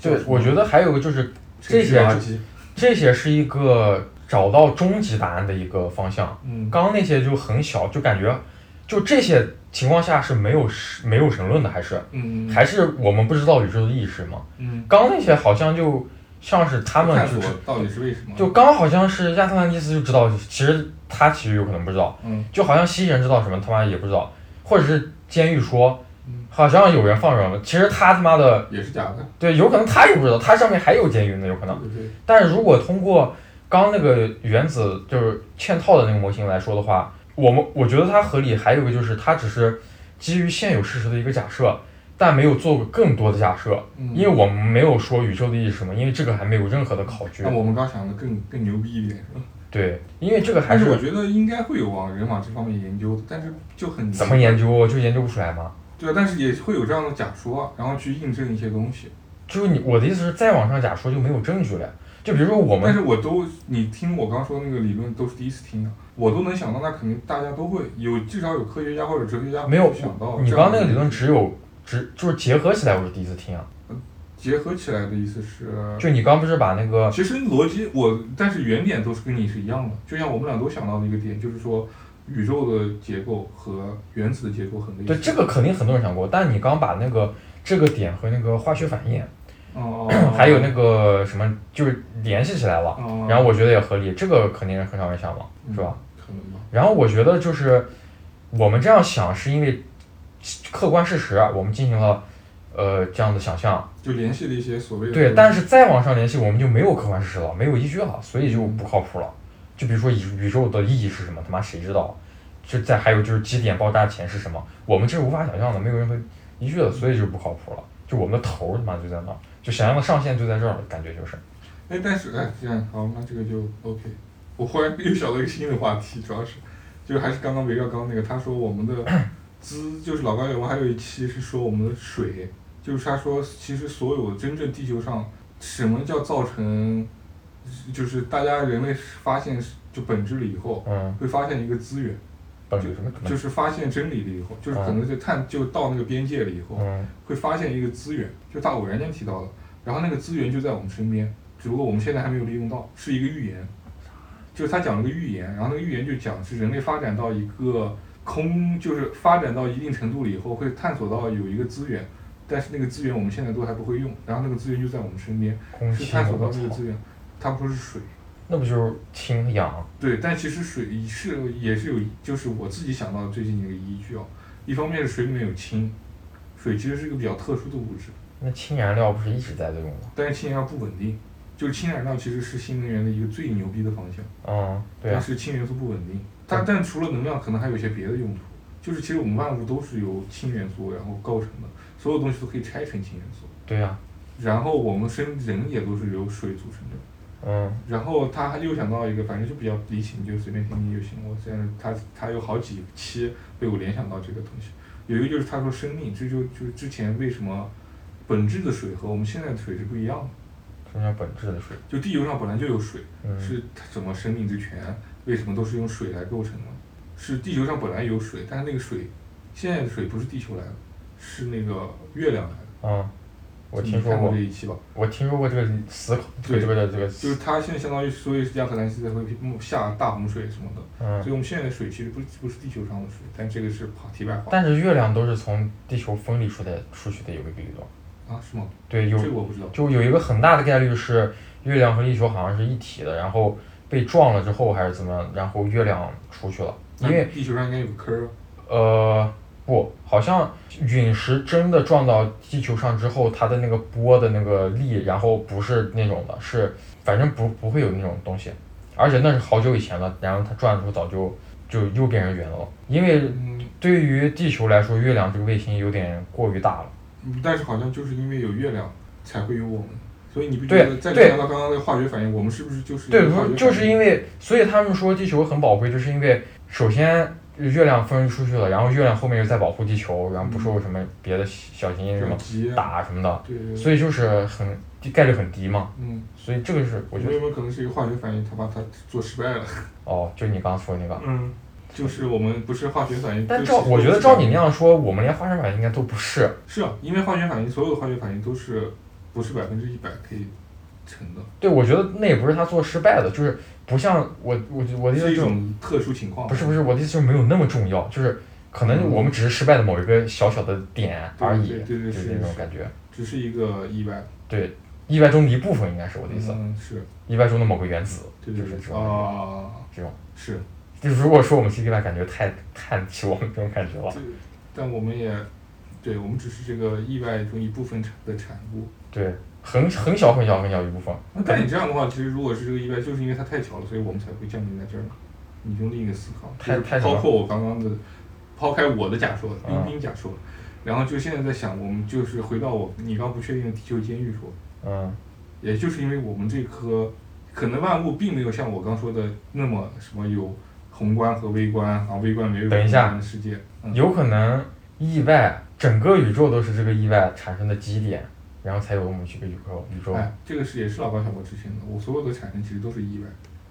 对，我觉得还有个就是这这些些啊垃圾，这些是一个找到终极答案的一个方向。嗯，刚刚那些就很小，就感觉就这些情况下是没有神没有神论的，还是嗯，还是我们不知道宇宙的意义是什么？嗯，刚那些好像就像是他们探就索是到底是为什么？就刚好像是亚特兰蒂斯就知道，其实他其实有可能不知道，嗯就好像蜥蜴人知道什么他妈也不知道，或者是监狱说嗯，好像有人放什么，其实他他妈的也是假的，对，有可能他也不知道，他上面还有监狱呢，有可能。对不对？但是如果通过刚那个原子就是嵌套的那个模型来说的话，我们我觉得它合理，还有一个就是它只是基于现有事实的一个假设，但没有做过更多的假设，嗯，因为我们没有说宇宙的意义是什么，因为这个还没有任何的考据那。我们刚想的更更牛逼一点，是吧？对，因为这个还但是我是觉得应该会有往人往这方面研究的，但是就很怎么研究就研究不出来嘛。对啊，但是也会有这样的假说，啊然后去印证一些东西。就是你我的意思是，再往上假说就没有证据了。就比如说我但们是我都，你听我刚说那个理论都是第一次听的，我都能想到，那肯定大家都会有，至少有科学家或者哲学家会没有想到。你刚刚那个理论只有只就是结合起来，我是第一次听啊。结合起来的意思是，就你刚不是把那个其实逻辑我，但是原点都是跟你是一样的，就像我们俩都想到的一个点，就是说宇宙的结构和原子的结构很类似。对，这个肯定很多人想过，但你刚把那个这个点和那个化学反应，哦， 还有那个什么，就是联系起来了。哦，嗯然后我觉得也合理，这个肯定是很少人想嘛，是吧？可能吧，然后我觉得就是我们这样想，是因为客观事实，啊我们进行了呃这样的想象，就联系了一些所谓的对。但是再往上联系，我们就没有客观事实了，没有依据了，所以就嗯不靠谱了。就比如说宇宇宙的意义是什么，他妈谁知道？就再还有就是基点爆炸前是什么，我们这是无法想象的，没有任何依据的，所以就不靠谱了。就我们的头儿他妈就在那儿，就想象的上限就在这儿了，感觉就是。哎，但是哎，这样好，那这个就 OK。我忽然 又想到一个新的话题，主要是，就是还是刚刚围绕刚刚那个，他说 我们的资就是老高有，我还有一期是说我们的水，就是他说其实所有真正地球上什么叫造成，就是大家人类发现就本质了以后，嗯，会发现一个资源，本质什么？就是发现真理了以后，就是可能就探就到那个边界了以后，嗯会发现一个资源，就他偶然间提到的，然后那个资源就在我们身边，只不过我们现在还没有利用到，是一个预言，就是他讲了个预言，然后那个预言就讲是人类发展到一个空，就是发展到一定程度了以后，会探索到有一个资源，但是那个资源我们现在都还不会用，然后那个资源就在我们身边，空是气，探索我到那个操，资源，它不是水。那不就是氢氧？对，但其实水是也是有，就是我自己想到的最近的一个依据啊。一方面是水里面有氢，水其实是一个比较特殊的物质，那氢燃料不是一直在用吗？但是氢燃料不稳定，就是氢燃料其实是新能源的一个最牛逼的方向，嗯，对啊，但是氢元素不稳定。它但除了能量，可能还有一些别的用途。就是其实我们万物都是由氢元素然后构成的，所有东西都可以拆成氢元素。对啊，然后我们身人也都是由水组成的。嗯，然后他还又想到一个，反正就比较离奇，你就随便听听就行。我现在他他有好几期被我联想到这个东西，有一个就是他说生命，这就就是之前为什么本质的水和我们现在的水是不一样的。什么叫本质的水？就地球上本来就有水，嗯，是它整个生命之泉啊为什么都是用水来构成的？是地球上本来有水，但是那个水现在的水不是地球来的，是那个月亮来的。嗯，我你听说看过过这，一期吧？我听说过这个思考，这个这个这个就是它现在相当于所以是亚特兰蒂斯会下大洪水什么的。所以嗯，我们现在的水其实不是不是地球上的水，但这个是话题外话但是月亮都是从地球分离出的出去的，有一个理论，啊，是吗？对，这有个我不知道。就有一个很大的概率是月亮和地球好像是一体的，然后被撞了之后还是怎么样，然后月亮出去了，因为那地球上应该有个坑儿啊，呃，不，好像陨石真的撞到地球上之后，它的那个波的那个力，然后不是那种的，是反正不不会有那种东西，而且那是好久以前了，然后它转的时候早就就又变成圆了，因为嗯，对于地球来说，月亮这个卫星有点过于大了。嗯但是好像就是因为有月亮才会有我们，所以你不觉对得再对联想到刚刚那个化学反应，我们是不是就是对，一个不化学是反就是应因为，所以他们说地球很宝贵，就是因为首先月亮分离出去了，然后月亮后面又在保护地球，然后不受什么别的小行星什么急啊打什么的。对对对，所以就是很概率很低嘛，嗯，所以这个是我我觉得觉得有没有可能是一个化学反应，他把它做失败了？哦，就你刚说那个，嗯，就是我们不是化学反应，但就照是我觉得照你那样说，我们连花生粉应该都不是，是啊，因为化学反应，所有的化学反应都是不是百分之一百可以成的，对我觉得那也不是他做失败的，就是不像我我我的意思是一就是种特殊情况。啊不是不是我的意思就是没有那么重要，就是可能我们只是失败的某一个小小的点而已，嗯对对对就是对是那种是感觉，只是一个意外。对，意外中的一部分应该是我的意思，嗯，是，意外中的某个原子，对就是对这对，种感觉啊，这种。是，就如果说我们是意外，感觉太太期望这种感觉了对，但我们也，对我们只是这个意外中一部分产的产物。对，很很小很小很小一部分，那但你这样的话，其实如果是这个意外，就是因为它太巧了，所以我们才会降临在这儿。你用另一个思考，太就是太巧包了括我刚刚的，抛开我的假说，嗯冰冰假说，然后就现在在想，我们就是回到我你刚不确定的地球监狱说，嗯也就是因为我们这颗可能万物并没有像我刚说的那么什么有宏观和微观啊，微观没有等一宏下观的世界，嗯，有可能意外，整个宇宙都是这个意外产生的基点，然后才有我们这个宇宙宇宙。哎，这个是也是老高小波之前的，我所有的产生其实都是意外，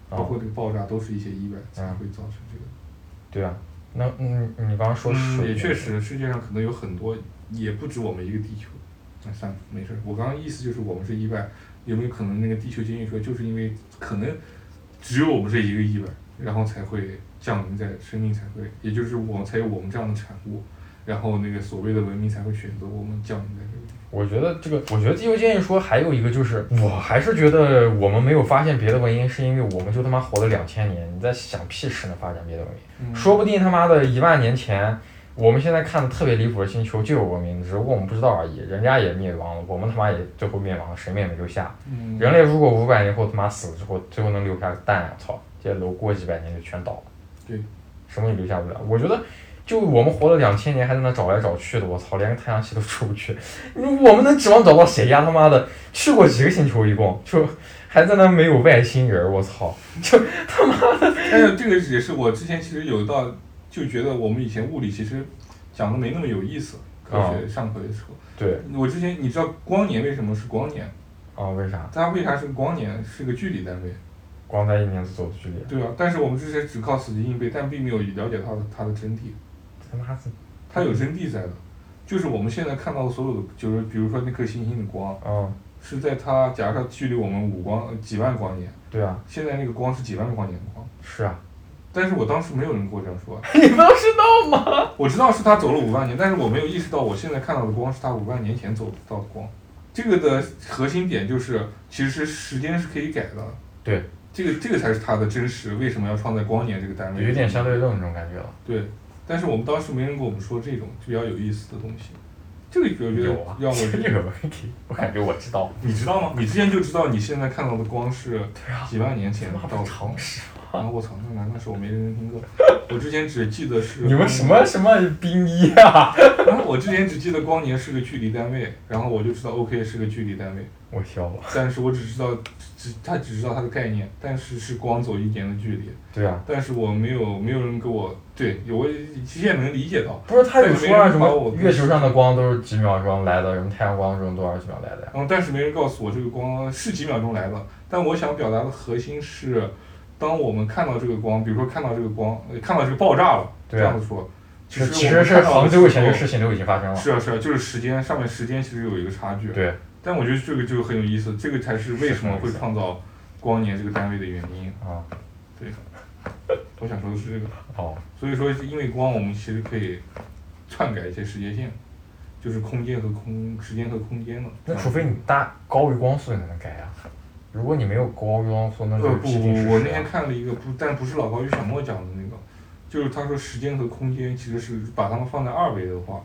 包括嗯，这个爆炸都是一些意外才嗯会造成这个。对啊，那嗯，你刚刚说嗯，水、也确，实，世界上可能有很多，也不止我们一个地球。那算了，没事儿。我刚刚意思就是我们是意外，有没有可能那个地球监狱说，就是因为可能只有我们这一个意外，然后才会降临在生命才会，也就是我们才有我们这样的产物，然后那个所谓的文明才会选择我们降临在这个地方。我觉得这个，我觉得地球建议说还有一个就是，我还是觉得我们没有发现别的文明，是因为我们就他妈活了两千年，你在想屁事呢？发展别的文明，嗯说不定他妈的一万年前。我们现在看的特别离谱的星球就有文明，只不过我们不知道而已。人家也灭亡了，我们他妈也最后灭亡了，谁们也没留下。嗯，人类如果五百年后他妈死了之后，最后能留下个蛋呀、操，这些楼过几百年就全倒了。对，什么也留下不了。我觉得，就我们活了两千年还在那找来找去的，我操，连个太阳系都出不去。你我们能指望找到谁呀？他妈的，去过几个星球一共，就还在那没有外星人，我操！哎但是这个也是我之前其实有到就觉得我们以前物理其实讲的没那么有意思，科哦学上课的时候。对，我之前你知道光年为什么是光年？啊，为啥？它为啥是光年？是个距离单位，光在一年走的距离，对啊，但是我们之前只靠死记硬背，但并没有了解它的它的真谛，他妈的，它有真谛在的。就是我们现在看到的所有的，就是比如说那颗星星的光，嗯，是在它假设它距离我们五光呃几万光年，对啊，现在那个光是几万个光年的光。是啊，但是我当时没有人跟我这样说， 啊你不知道吗？我知道是它走了五万年，但是我没有意识到我现在看到的光是它五万年前走到的光。这个的核心点就是，其实时间是可以改的。对，这个这个才是它的真实。为什么要创在光年这个单位？有点相对论那种感觉了。对，但是我们当时没人跟我们说这种比较有意思的东西。这个我觉得有啊，让我觉这 得、个问题，我感觉我知 道。你知道吗？你之前就知道你现在看到的光是对啊，几万年前妈到不的常识。然后我操，那难怪是我没认真听过。我之前只记得是 你们什么什么兵衣啊？ 然后我之前只记得光年是个距离单位，然后我就知道 OK 是个距离单位， 我笑了。但是我只知道只他只知道它的概念，但是是光走一年的距离，对啊，但是我没有没有人给我对，我其实也能理解到，不是他有说啊，什对没人把我么月球上的光都是几秒钟来的，什么太阳光这种多少几秒来的呀？然后但是没人告诉我这个光是几秒钟来的，但我想表达的核心是，当我们看到这个光，比如说看到这个光，呃看到这个爆炸了，这对啊样子说，其这实其我实们是看到杭的州以时前这候个事情都已经发生了。是啊是啊，就是时间上面时间其实有一个差距，对，但我觉得这个就很有意思，这个才是为什么会创造光年这个单位的原因。啊，我想说的是这个，哦，所以说是因为光，我们其实可以篡改一些时间线，就是空间和空时间和空间的。那除非你大高于光速你才能改啊。如果你没有高于光速，那呃就不是不既定事不，我那实天啊。看了一个不，但不是老高与小莫讲的那个，就是他说时间和空间其实是把它们放在二维的话，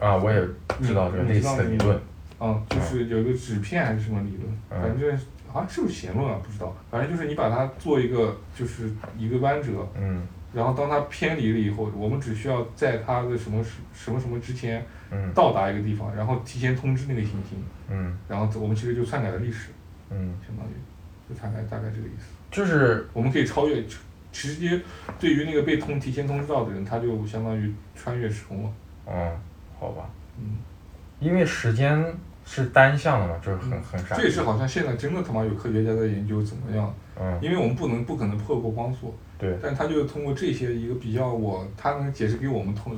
啊，我也知道这个嗯类似的理论。嗯，就是有一个纸片还是什么理论，嗯反正好像、是不是弦论啊，不知道，反正就是你把它做一个就是一个弯折，嗯然后当它偏离了以后，我们只需要在它的什么什什么什么之前嗯到达一个地方，然后提前通知那个行星，嗯然后我们其实就篡改了历史，嗯，相当于就大概大概这个意思。就是我们可以超越，就直接对于那个被通提前通知到的人，他就相当于穿越时空了。嗯，好吧，嗯，因为时间是单向的嘛，就是很很傻。这也是好像现在真的他妈有科学家在研究怎么样，嗯，因为我们不能不可能破过光速，对，但他就通过这些一个比较我他能解释给我们通，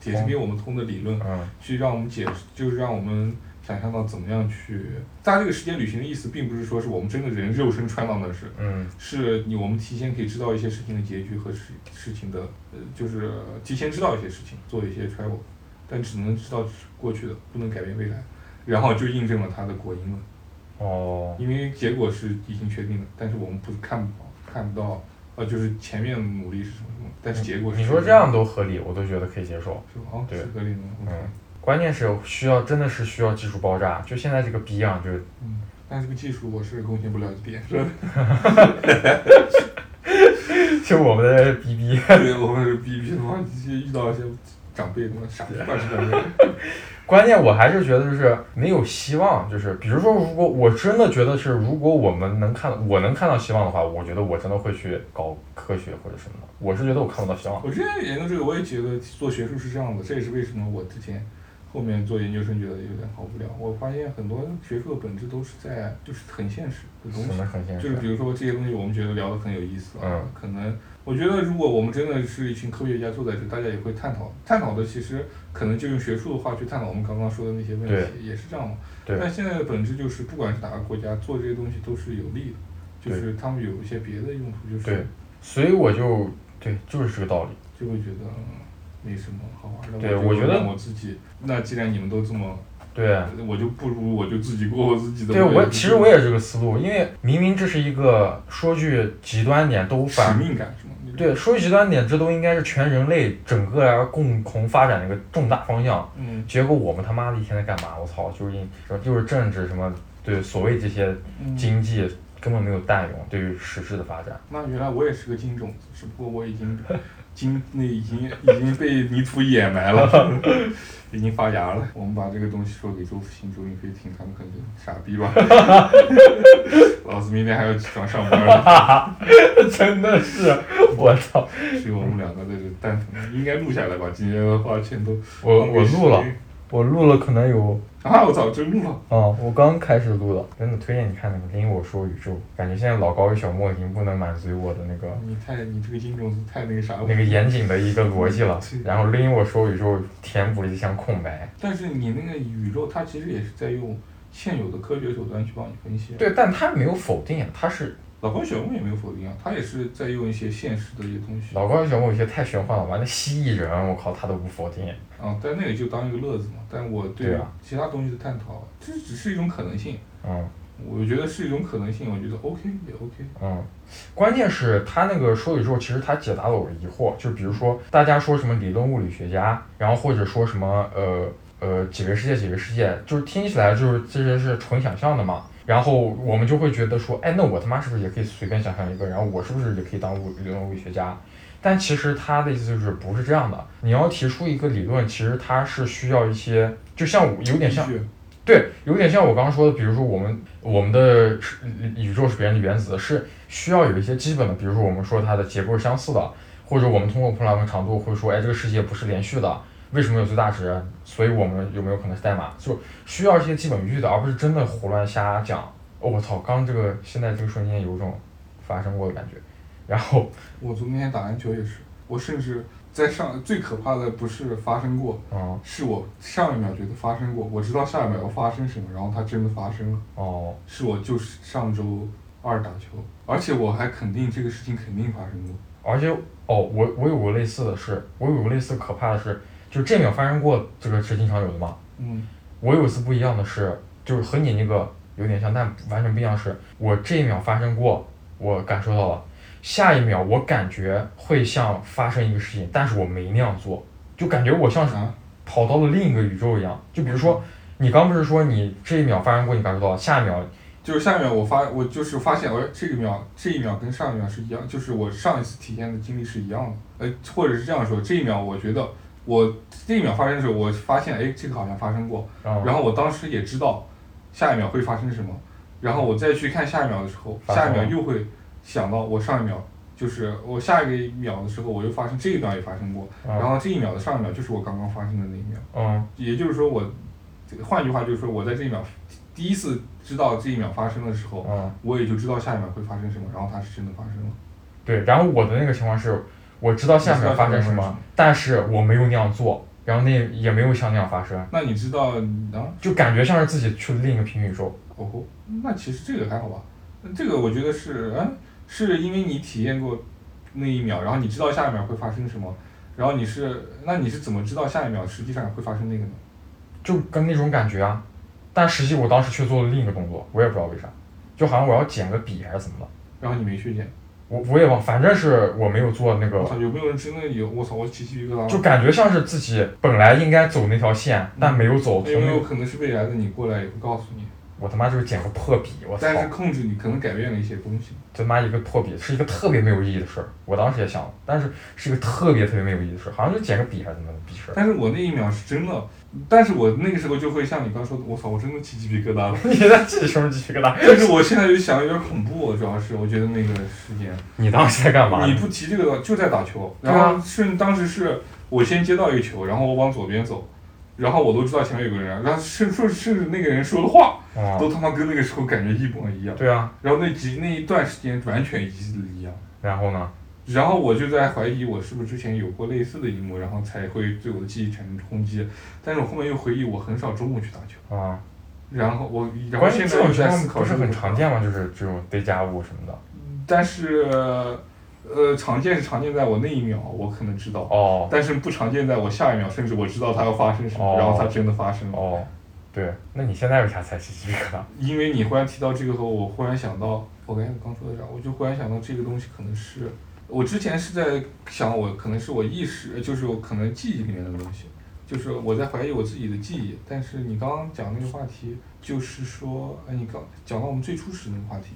解释给我们通的理论，嗯。去让我们解释，就是让我们想象到怎么样去。它这个时间旅行的意思，并不是说是我们真的人肉身穿到那儿是，嗯是你我们提前可以知道一些事情的结局和事事情的，呃，就是提前知道一些事情，做一些 travel，但只能知道过去的，不能改变未来。然后就印证了他的果因了，哦，因为结果是已经确定的，但是我们不看不到看不到，呃，就是前面努力是什么什么，但是结果嗯是你说这样都合理，我都觉得可以接受。是吧？哦，对是合理的。OK 嗯关键是需要，真的是需要技术爆炸。就现在这个逼样，就是 嗯，但这个技术我是贡献不了一点，是吧？就我们的逼逼， 对，我们是逼逼的话，遇到一些长辈他妈傻逼吧，这个人关键我还是觉得就是没有希望，就是比如说，如果我真的觉得是，如果我们能看，我能看到希望的话，我觉得我真的会去搞科学或者什么的。我是觉得我看不到希望。我之前研究这个，我也觉得做学术是这样的，这也是为什么我之前后面做研究生觉得有点好无聊。我发现很多学术的本质都是在就是很现实的东什西么，很现就实是？比如说这些东西我们觉得聊得很有意思啊，嗯可能我觉得如果我们真的是一群科学家坐在这，大家也会探讨探讨的，其实可能就用学术的话去探讨我们刚刚说的那些问对题，也是这样嘛。对但现在的本质就是，不管是哪个国家做这些东西都是有利的，就是他们有一些别的用途，就是对所以我就对，就是这个道理。就会觉得嗯没什么好玩的。对我我就觉得让我自己，那既然你们都这么，对，我就不如我就自己过我自己的。对我我也不其实我也是这个思路，因为明明这是一个说句极端点都使反，命感是吗？那种，对，说句极端点，这都应该是全人类整个来共同发展的一个重大方向。嗯结果我们他妈的一天在干嘛？我操，就是因就是政治什么，对所谓这些嗯。经济根本没有蛋用，对于实质的发展。那原来我也是个金种子，只不过我已经 金那已经已经被泥土掩埋了， 已经发芽了。我们把这个东西说给周复兴、周云飞听，他们可能就傻逼吧。 老子明天还要起床上班呢， 真的是， 我操，只有我们两个在这蛋疼，应该录下来吧？今天的话全都我我录了，我录了可能有啊！我操，真录了！啊、我刚开始录的，真的推荐你看那个《听我说宇宙》，感觉现在老高与小莫已经不能满足于我的那个你太你这个金种子太那个啥了那。个严谨的一个逻辑了是，然后拎我说宇宙填补了一项空白。但是你那个宇宙，它其实也是在用现有的科学手段去帮你分析。啊对，但他没有否定，他是老高小木也没有否定啊，他也是在用一些现实的一些东西老高与小莫有些太玄幻了，完了蜥蜴人，我靠，他都不否定。啊，但那个就当一个乐子嘛。但我对对于啊其他东西的探讨，这只是一种可能性，嗯我觉得是一种可能性，我觉得 OK 也 OK。嗯，关键是他那个说宇宙，其实他解答了我的疑惑，就比如说大家说什么理论物理学家，然后或者说什么呃呃几个世界几个世界，就是听起来就是这些是纯想象的嘛。然后我们就会觉得说，哎，那我他妈是不是也可以随便想象一个？然后我是不是也可以当物理论物理学家？但其实他的意思就是不是这样的。你要提出一个理论，其实它是需要一些，就像我有点像依据对，有点像我刚刚说的，比如说我们我们的是宇宙是别人的原子，是需要有一些基本的，比如说我们说它的结构是相似的，或者我们通过普朗克长度会说，哎，这个世界不是连续的，为什么有最大值？所以我们有没有可能是代码？就需要一些基本依据的，而不是真的胡乱瞎讲。哦，我操，刚这个现在这个瞬间有种发生过的感觉。然后，我昨天打篮球也是，我甚至在上最可怕的不是发生过，嗯，是我上一秒觉得发生过，我知道下一秒要发生什么，然后它真的发生了。哦，是我就是上周二打球，而且我还肯定这个事情肯定发生过。而且哦，我我有过类似的事，我有过类似可怕的事，就这秒发生过，这个是经常有的嘛。嗯，我有一次不一样的是，就是和你那个有点像，但完全不一样的是，我这一秒发生过，我感受到了，下一秒我感觉会像发生一个事情，但是我没那样做，就感觉我像是啊，跑到了另一个宇宙一样。就比如说，你刚不是说你这一秒发生过，你感受到了，下一秒就是下面我发，我就是发现，我哎这个秒这一秒跟上一秒是一样，就是我上一次体验的经历是一样的。呃，或者是这样说，这一秒我觉得我这一秒发生的时候，我发现哎，这个好像发生过，然后然后我当时也知道下一秒会发生什么，然后我再去看下一秒的时候，发生下了一秒又会想到我上一秒。就是我下一个秒的时候，我又发生这一秒也发生过，然然后这一秒的上一秒就是我刚刚发生的那一秒。嗯也就是说我，这个换句话就是说，我在这一秒第一次知道这一秒发生的时候，嗯我也就知道下一秒会发生什么，然后它是真的发生了。对，然后我的那个情况是，我知道下一秒发生什么，但是我没有那样做，然后那也没有像那样发生，那你知道啊？就感觉像是自己去了另一个平行宇宙。哦，那其实这个还好吧？这个我觉得是，啊，是因为你体验过那一秒，然后你知道下一秒会发生什么，然后你是，那你是怎么知道下一秒实际上会发生那个呢？就跟那种感觉啊。但实际我当时去做了另一个动作，我也不知道为啥，就好像我要捡个笔还是怎么的，然后你没去见，我我也忘，反正是我没有做那我个，操，有没有人真的有？我操，我起鸡皮疙瘩就了。感觉像是自己本来应该走那条线，但没有走，那有从嗯没那有个可能是未来的你过来也会告诉你？我他妈就是捡个破笔，我操，但是控制你可能改变了一些东西。他妈一个破笔是一个特别没有意义的事儿，我当时也想了，但是是一个特别特别没有意义的事儿，好像就捡个笔还是怎么的笔事儿，但是我那一秒是真的，但是我那个时候就会像你刚说的，我操，我真的起鸡皮疙瘩了。 你在自己什么鸡皮疙瘩？但是我现在就想有点恐怖，主要是我觉得那个时间。你当时在干嘛你呢？不提这个就在打球，对啊然后是当时是我先接到一个球，然后我往左边走，然后我都知道前面有个人，然后是说是那个人说的话，啊、都他妈跟那个时候感觉一模一样，对啊，然后那几那一段时间完全一一样，然后呢？然后我就在怀疑我是不是之前有过类似的一幕，然后才会对我的记忆产生冲击，但是我后面又回忆我很少周末去打球，啊、然后我然后关于现这在又种情在况思考不是这很个问题常见吗？就是这种 d 加物什么的。但是呃常见是常见在我那一秒我可能知道。哦但是不常见在我下一秒，甚至我知道它要发生什么，哦然后它真的发生了。哦，对，那你现在为啥才起鸡皮疙瘩？因为你忽然提到这个后，我忽然想到，我刚才刚说的啥，我就忽然想到这个东西可能是我之前是在想我，可能是我意识，就是我可能记忆里面的东西，就是我在怀疑我自己的记忆。但是你刚刚讲那个话题，就是说，哎，你刚讲到我们最初始那个话题，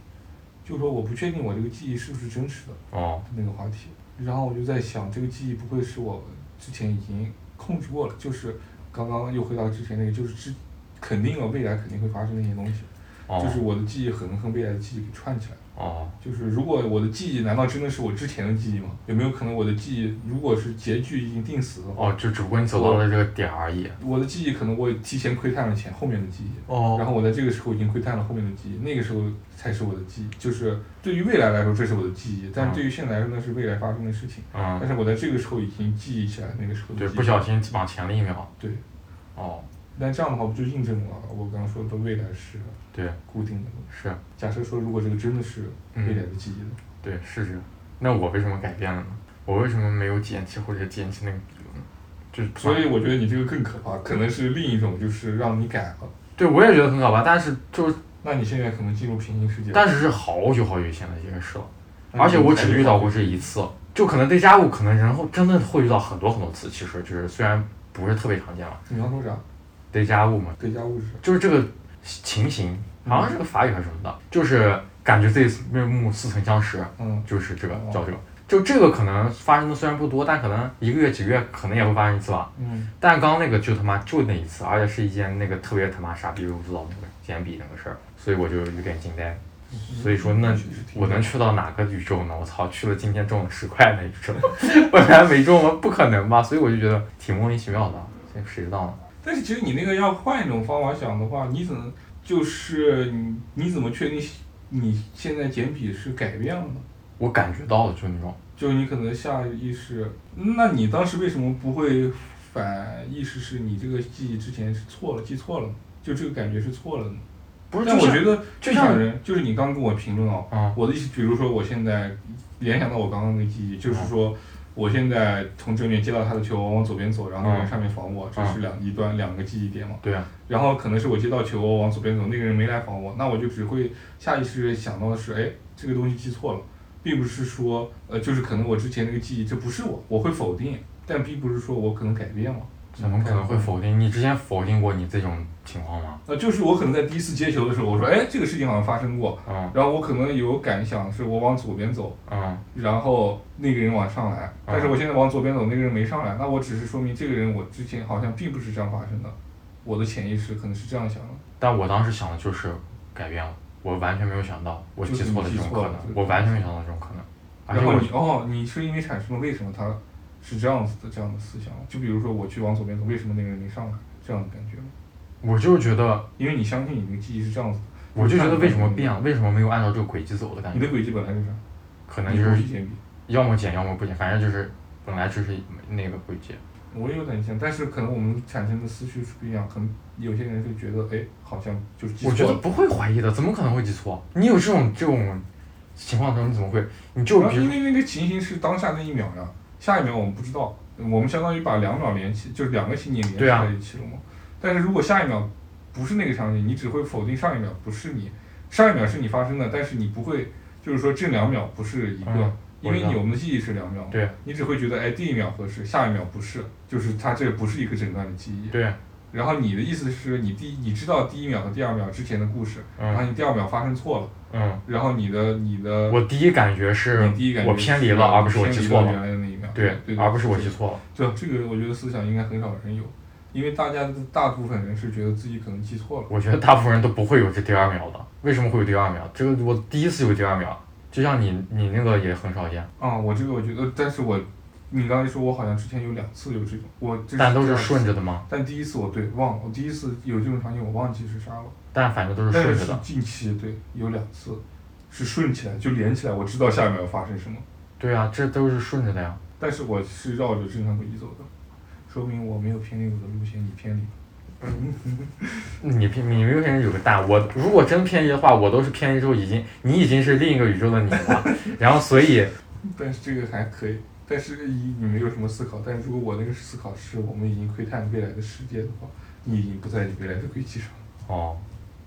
就是说我不确定我这个记忆是不是真实的。哦，那个话题，然后我就在想，这个记忆不会是我之前已经控制过了，就是刚刚又回到之前那个，就是之肯定了未来肯定会发生那些东西，哦，就是我的记忆可能和未来的记忆给串起来了。哦，就是如果我的记忆难道真的是我之前的记忆吗？有没有可能我的记忆如果是结局已经定死的话，哦，就只不过你走到了这个点儿而已。我的记忆可能我提前窥探了前后面的记忆，然哦，后我在这个时候已经窥探了后面的记忆，那个时候才是我的记忆，就是对于未来来说这是我的记忆，嗯但是对于现在来说那是未来发生的事情。但嗯，是我在这个时候已经记忆起来那个时候的对，记忆不小心往前了一秒。对，哦，但这样的话不就印证了我刚刚说的未来是对，固定的东西？是，假设说如果这个真的是未来嗯，的记忆呢？对，是这样。那我为什么改变了呢？我为什么没有捡起或者捡起那个笔了呢？就是所以我觉得你这个更可怕，可能是另一种就是让你改了。对我也觉得很可怕，但是就是那你现在可能进入平行世界，但是是好久好久以前的一个事了。那而且你我才只会遇到过这一次，就可能 d 加物，可能人后真的会遇到很多很多次。其实就是虽然不是特别常见吧你刚说啥？ d 加物嘛，叠加物质。就是这个情形，好像是个法语还是什么的，就是感觉自己面目似曾相识，嗯，就是这个哦叫这个。就这个可能发生的虽然不多，但可能一个月几个月可能也会发生一次吧。嗯，但刚刚那个就他妈就那一次，而且是一件那个特别他妈傻逼我不知道那个捡笔那个事儿，所以我就有点惊呆。嗯所以说那确实挺我能去到哪个宇宙呢？我操，去了今天中了十块那宇宙， 本来没中吗？不可能吧？所以我就觉得挺莫名其妙的，谁谁知道呢？但是其实你那个要换一种方法想的话，你怎么就是你你怎么确定你现在简笔是改变了呢？我感觉到了，就那种，就你可能下意识，那你当时为什么不会反意识是你这个记忆之前是错了，记错了呢，就这个感觉是错了呢？不是，但就我像觉得就这种像人，就是你刚跟我评论哦，啊我的意思，比如说我现在联想到我刚刚那个记忆，嗯就是说我现在从正面接到他的球，我往左边走，然后嗯那个人上面防我，这是两一端两个记忆点嘛。对啊，然后可能是我接到球，我往左边走，那个人没来防我，那我就只会下意识地想到的是，哎，这个东西记错了，并不是说，呃，就是可能我之前那个记忆这不是我，我会否定，但并不是说我可能改变了。怎么可能会？否定？你之前否定过你这种情况吗？呃，就是我可能在第一次接球的时候，我说，哎，这个事情好像发生过，嗯然后我可能有感想是我往左边走，嗯然后那个人往上来，但是我现在往左边走，那个人没上来，那我只是说明这个人我之前好像并不是这样发生的，我的潜意识可能是这样想的。但我当时想的就是改变了，我完全没有想到我记错了这种可就是你记错了能，我完全没想到这种可能，而然且后啊我你哦，你是因为产生了为什么他是这样子的这样的思想？就比如说我去往左边走，为什么那个人没上来？这样的感觉吗？我就是觉得，因为你相信你那个记忆是这样子的，我就觉得为什么变了，为什么没有按照这个轨迹走的感你觉的，轨迹本来是啥？可能你就不是是简笔。要么减，要么不减，反正就是本来就是那个轨迹。我也有冷静，但是可能我们产生的思绪是不一样，可能有些人会觉得，哎，好像就是记我觉错得了。不会怀疑的，怎么可能会记错？啊你有这种这种情况的时候，你怎么会？你就比如因为那个情形是当下那一秒呀，下一秒我们不知道，我们相当于把两秒联系，就是两个情景联系对啊在一起了嘛。但是如果下一秒不是那个场景，你只会否定上一秒不是你，上一秒是你发生的，但是你不会就是说这两秒不是一个，嗯因为我知你道我们的记忆是两秒嘛，对你只会觉得哎第一秒合适，下一秒不是，就是它这不是一个诊断的记忆。对，啊然后你的意思是你第一你知道第一秒和第二秒之前的故事，然后嗯你第二秒发生错了，嗯，然后你的你的我第一感觉是你第一感觉我偏离了，而不是我偏离记错了了，原来的那一秒，对对，，而不是我记错了，对这个我觉得思想应该很少人有，因为大家的大部分人是觉得自己可能记错了，我觉得大部分人都不会有这第二秒的，为什么会有第二秒？这个我第一次有第二秒，就像你你那个也很少见，啊、我这个我觉得，但是我你刚才说我好像之前有两次有这种，我这但都是第二顺次，着的吗？但第一次我对忘了，我第一次有这种场景我忘记是啥了，但反正都是但顺是着是的，近期对有两次是顺起来就连起来，我知道下一秒要发生什么。对啊，这都是顺着的呀，但是我是绕着正常轨迹走的，说明我没有偏离我的路线，你偏离。你偏你明显有个蛋，我如果真偏移的话，我都是偏移之后已经你已经是另一个宇宙的你了，然后所以但是这个还可以，但是你你没有什么思考，但是如果我那个思考是我们已经窥探未来的世界的话，你已经不在你未来的轨迹上。哦，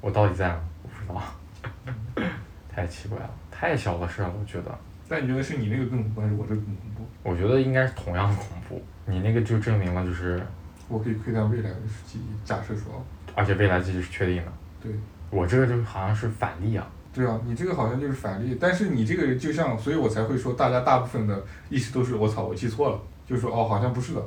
我到底在哪？我不知道， 太奇怪了，太小的事了，我觉得，但你觉得是你那个更恐怖，还是我这个更恐怖？我觉得应该是同样的恐怖，你那个就证明了就是，我可以窥探未来的世界，假设说，而且未来自己是确定的，对，我这个就好像是反例啊，对啊，你这个好像就是反例，但是你这个就像，所以我才会说，大家大部分的意识都是我操，我记错了，就说哦，好像不是的，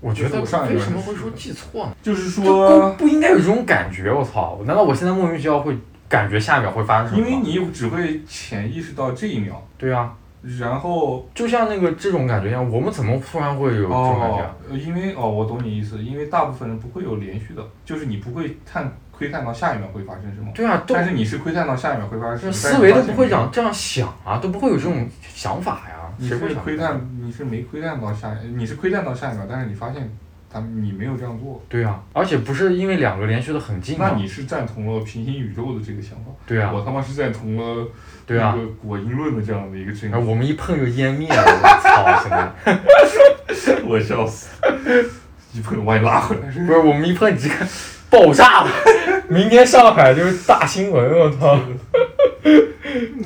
我觉得就是我上一为轮什么是会说的啊记错呢？就是就说不，不应该有这种感觉，我操！难道我现在莫名其妙会感觉下一秒会发生什么因吗？为你只会潜意识到这一秒，对啊，然后就像那个这种感觉一样，我们怎么突然会有这种感觉啊？哦，呃因为哦，我懂你意思，因为大部分人不会有连续的，就是你不会探窥探到下一秒会发生什么，对啊，都但是你是窥探到下一秒会发生什就么，思维但都是不会你发现没有想这样想啊，都不会有这种想法呀。嗯你谁会是想窥探，你是没窥探到下一，你是窥探到下一秒，但是你发现他们你没有这样做，对啊，而且不是因为两个连续的很近那吗？你是赞同了平行宇宙的这个想法，对啊，嗯我他妈是赞同了对啊那个果因论的这样的一个真然后我们一碰就湮灭了，我操！现 在哎我 笑死，一碰把你拉回来，不是我们一碰直接爆炸了， 明天上海就是大新闻，我操！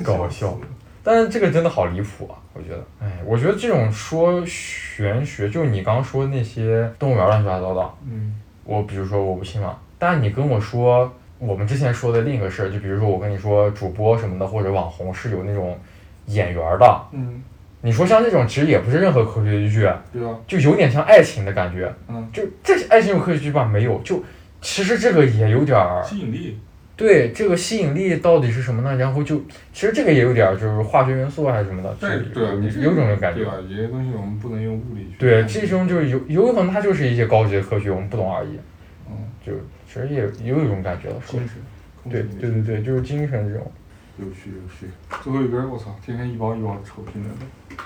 搞笑。但是这个真的好离谱啊！我觉得，哎，我觉得这种说玄学，就是你刚刚说那些动物园乱七八糟的，嗯，我比如说我不信嘛，但你跟我说我们之前说的另一个事儿，就比如说我跟你说主播什么的或者网红是有那种眼缘儿的，嗯，你说像这种其实也不是任何科学依据，对吧？就有点像爱情的感觉，嗯，就这是爱情有科学依据吧？没有，就其实这个也有点儿吸引力，对这个吸引力到底是什么呢？然后就其实这个也有点儿就是化学元素啊还是什么的，就但是是对啊，你这有有种感对觉吧。？有些东西我们不能用物理去。对，这种就是有有可能它就是一些高级的科学，我们不懂而已。嗯，就其实也也有一种感觉了，说精神，控对制力对对对，就是精神这种。有趣有趣。最后一根儿我操，天天一包一包抽进来的，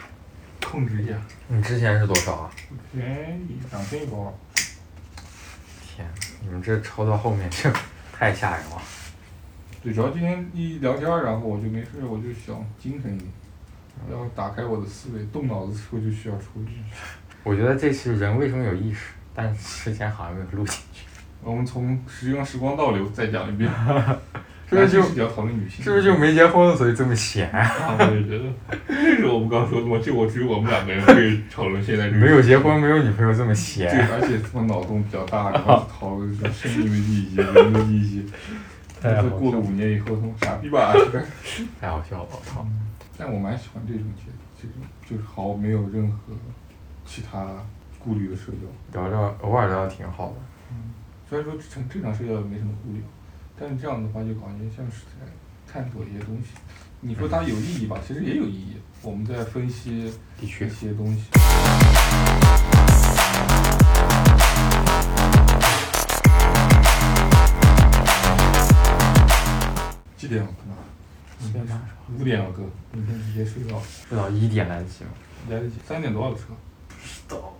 控制一下，你之前是多少啊？便宜哎两千一包，啊天，你们这抄到后面这 太吓人了。对，主要今天一聊天儿，然后我就没事，我就想精神一点，然后打开我的思维，动脑子的时候就需要抽进去。我觉得这期人为什么有意识，但之前好像没有录进去。我们从时用时光倒流再讲一遍，是不是就男性视角讨论女性？是不是就没结婚所以这么闲？啊？我也觉得， 这是我们刚说的嘛，就我只有我们两个人会讨论现在这个没有结婚，没有女朋友这么对闲，，而且他妈脑洞比较大，然后讨论什么生命的意义、人的意义。太好这过了五年以后，他妈傻逼吧？ 这个太好笑了，我操！但我蛮喜欢这种节，这种就是毫没有任何其他顾虑的社交。聊聊偶尔聊聊挺好的。虽然说正正常社交也没什么顾虑，但是这样的话就感觉像是在探索一些东西。你说它有意义吧，其实也有意义。我们在分析的一确，些东西。几点了？七点半是吧五点了，哥，明天直接睡觉，睡到一点来得及吗？来得及。三点多少的车？不知道，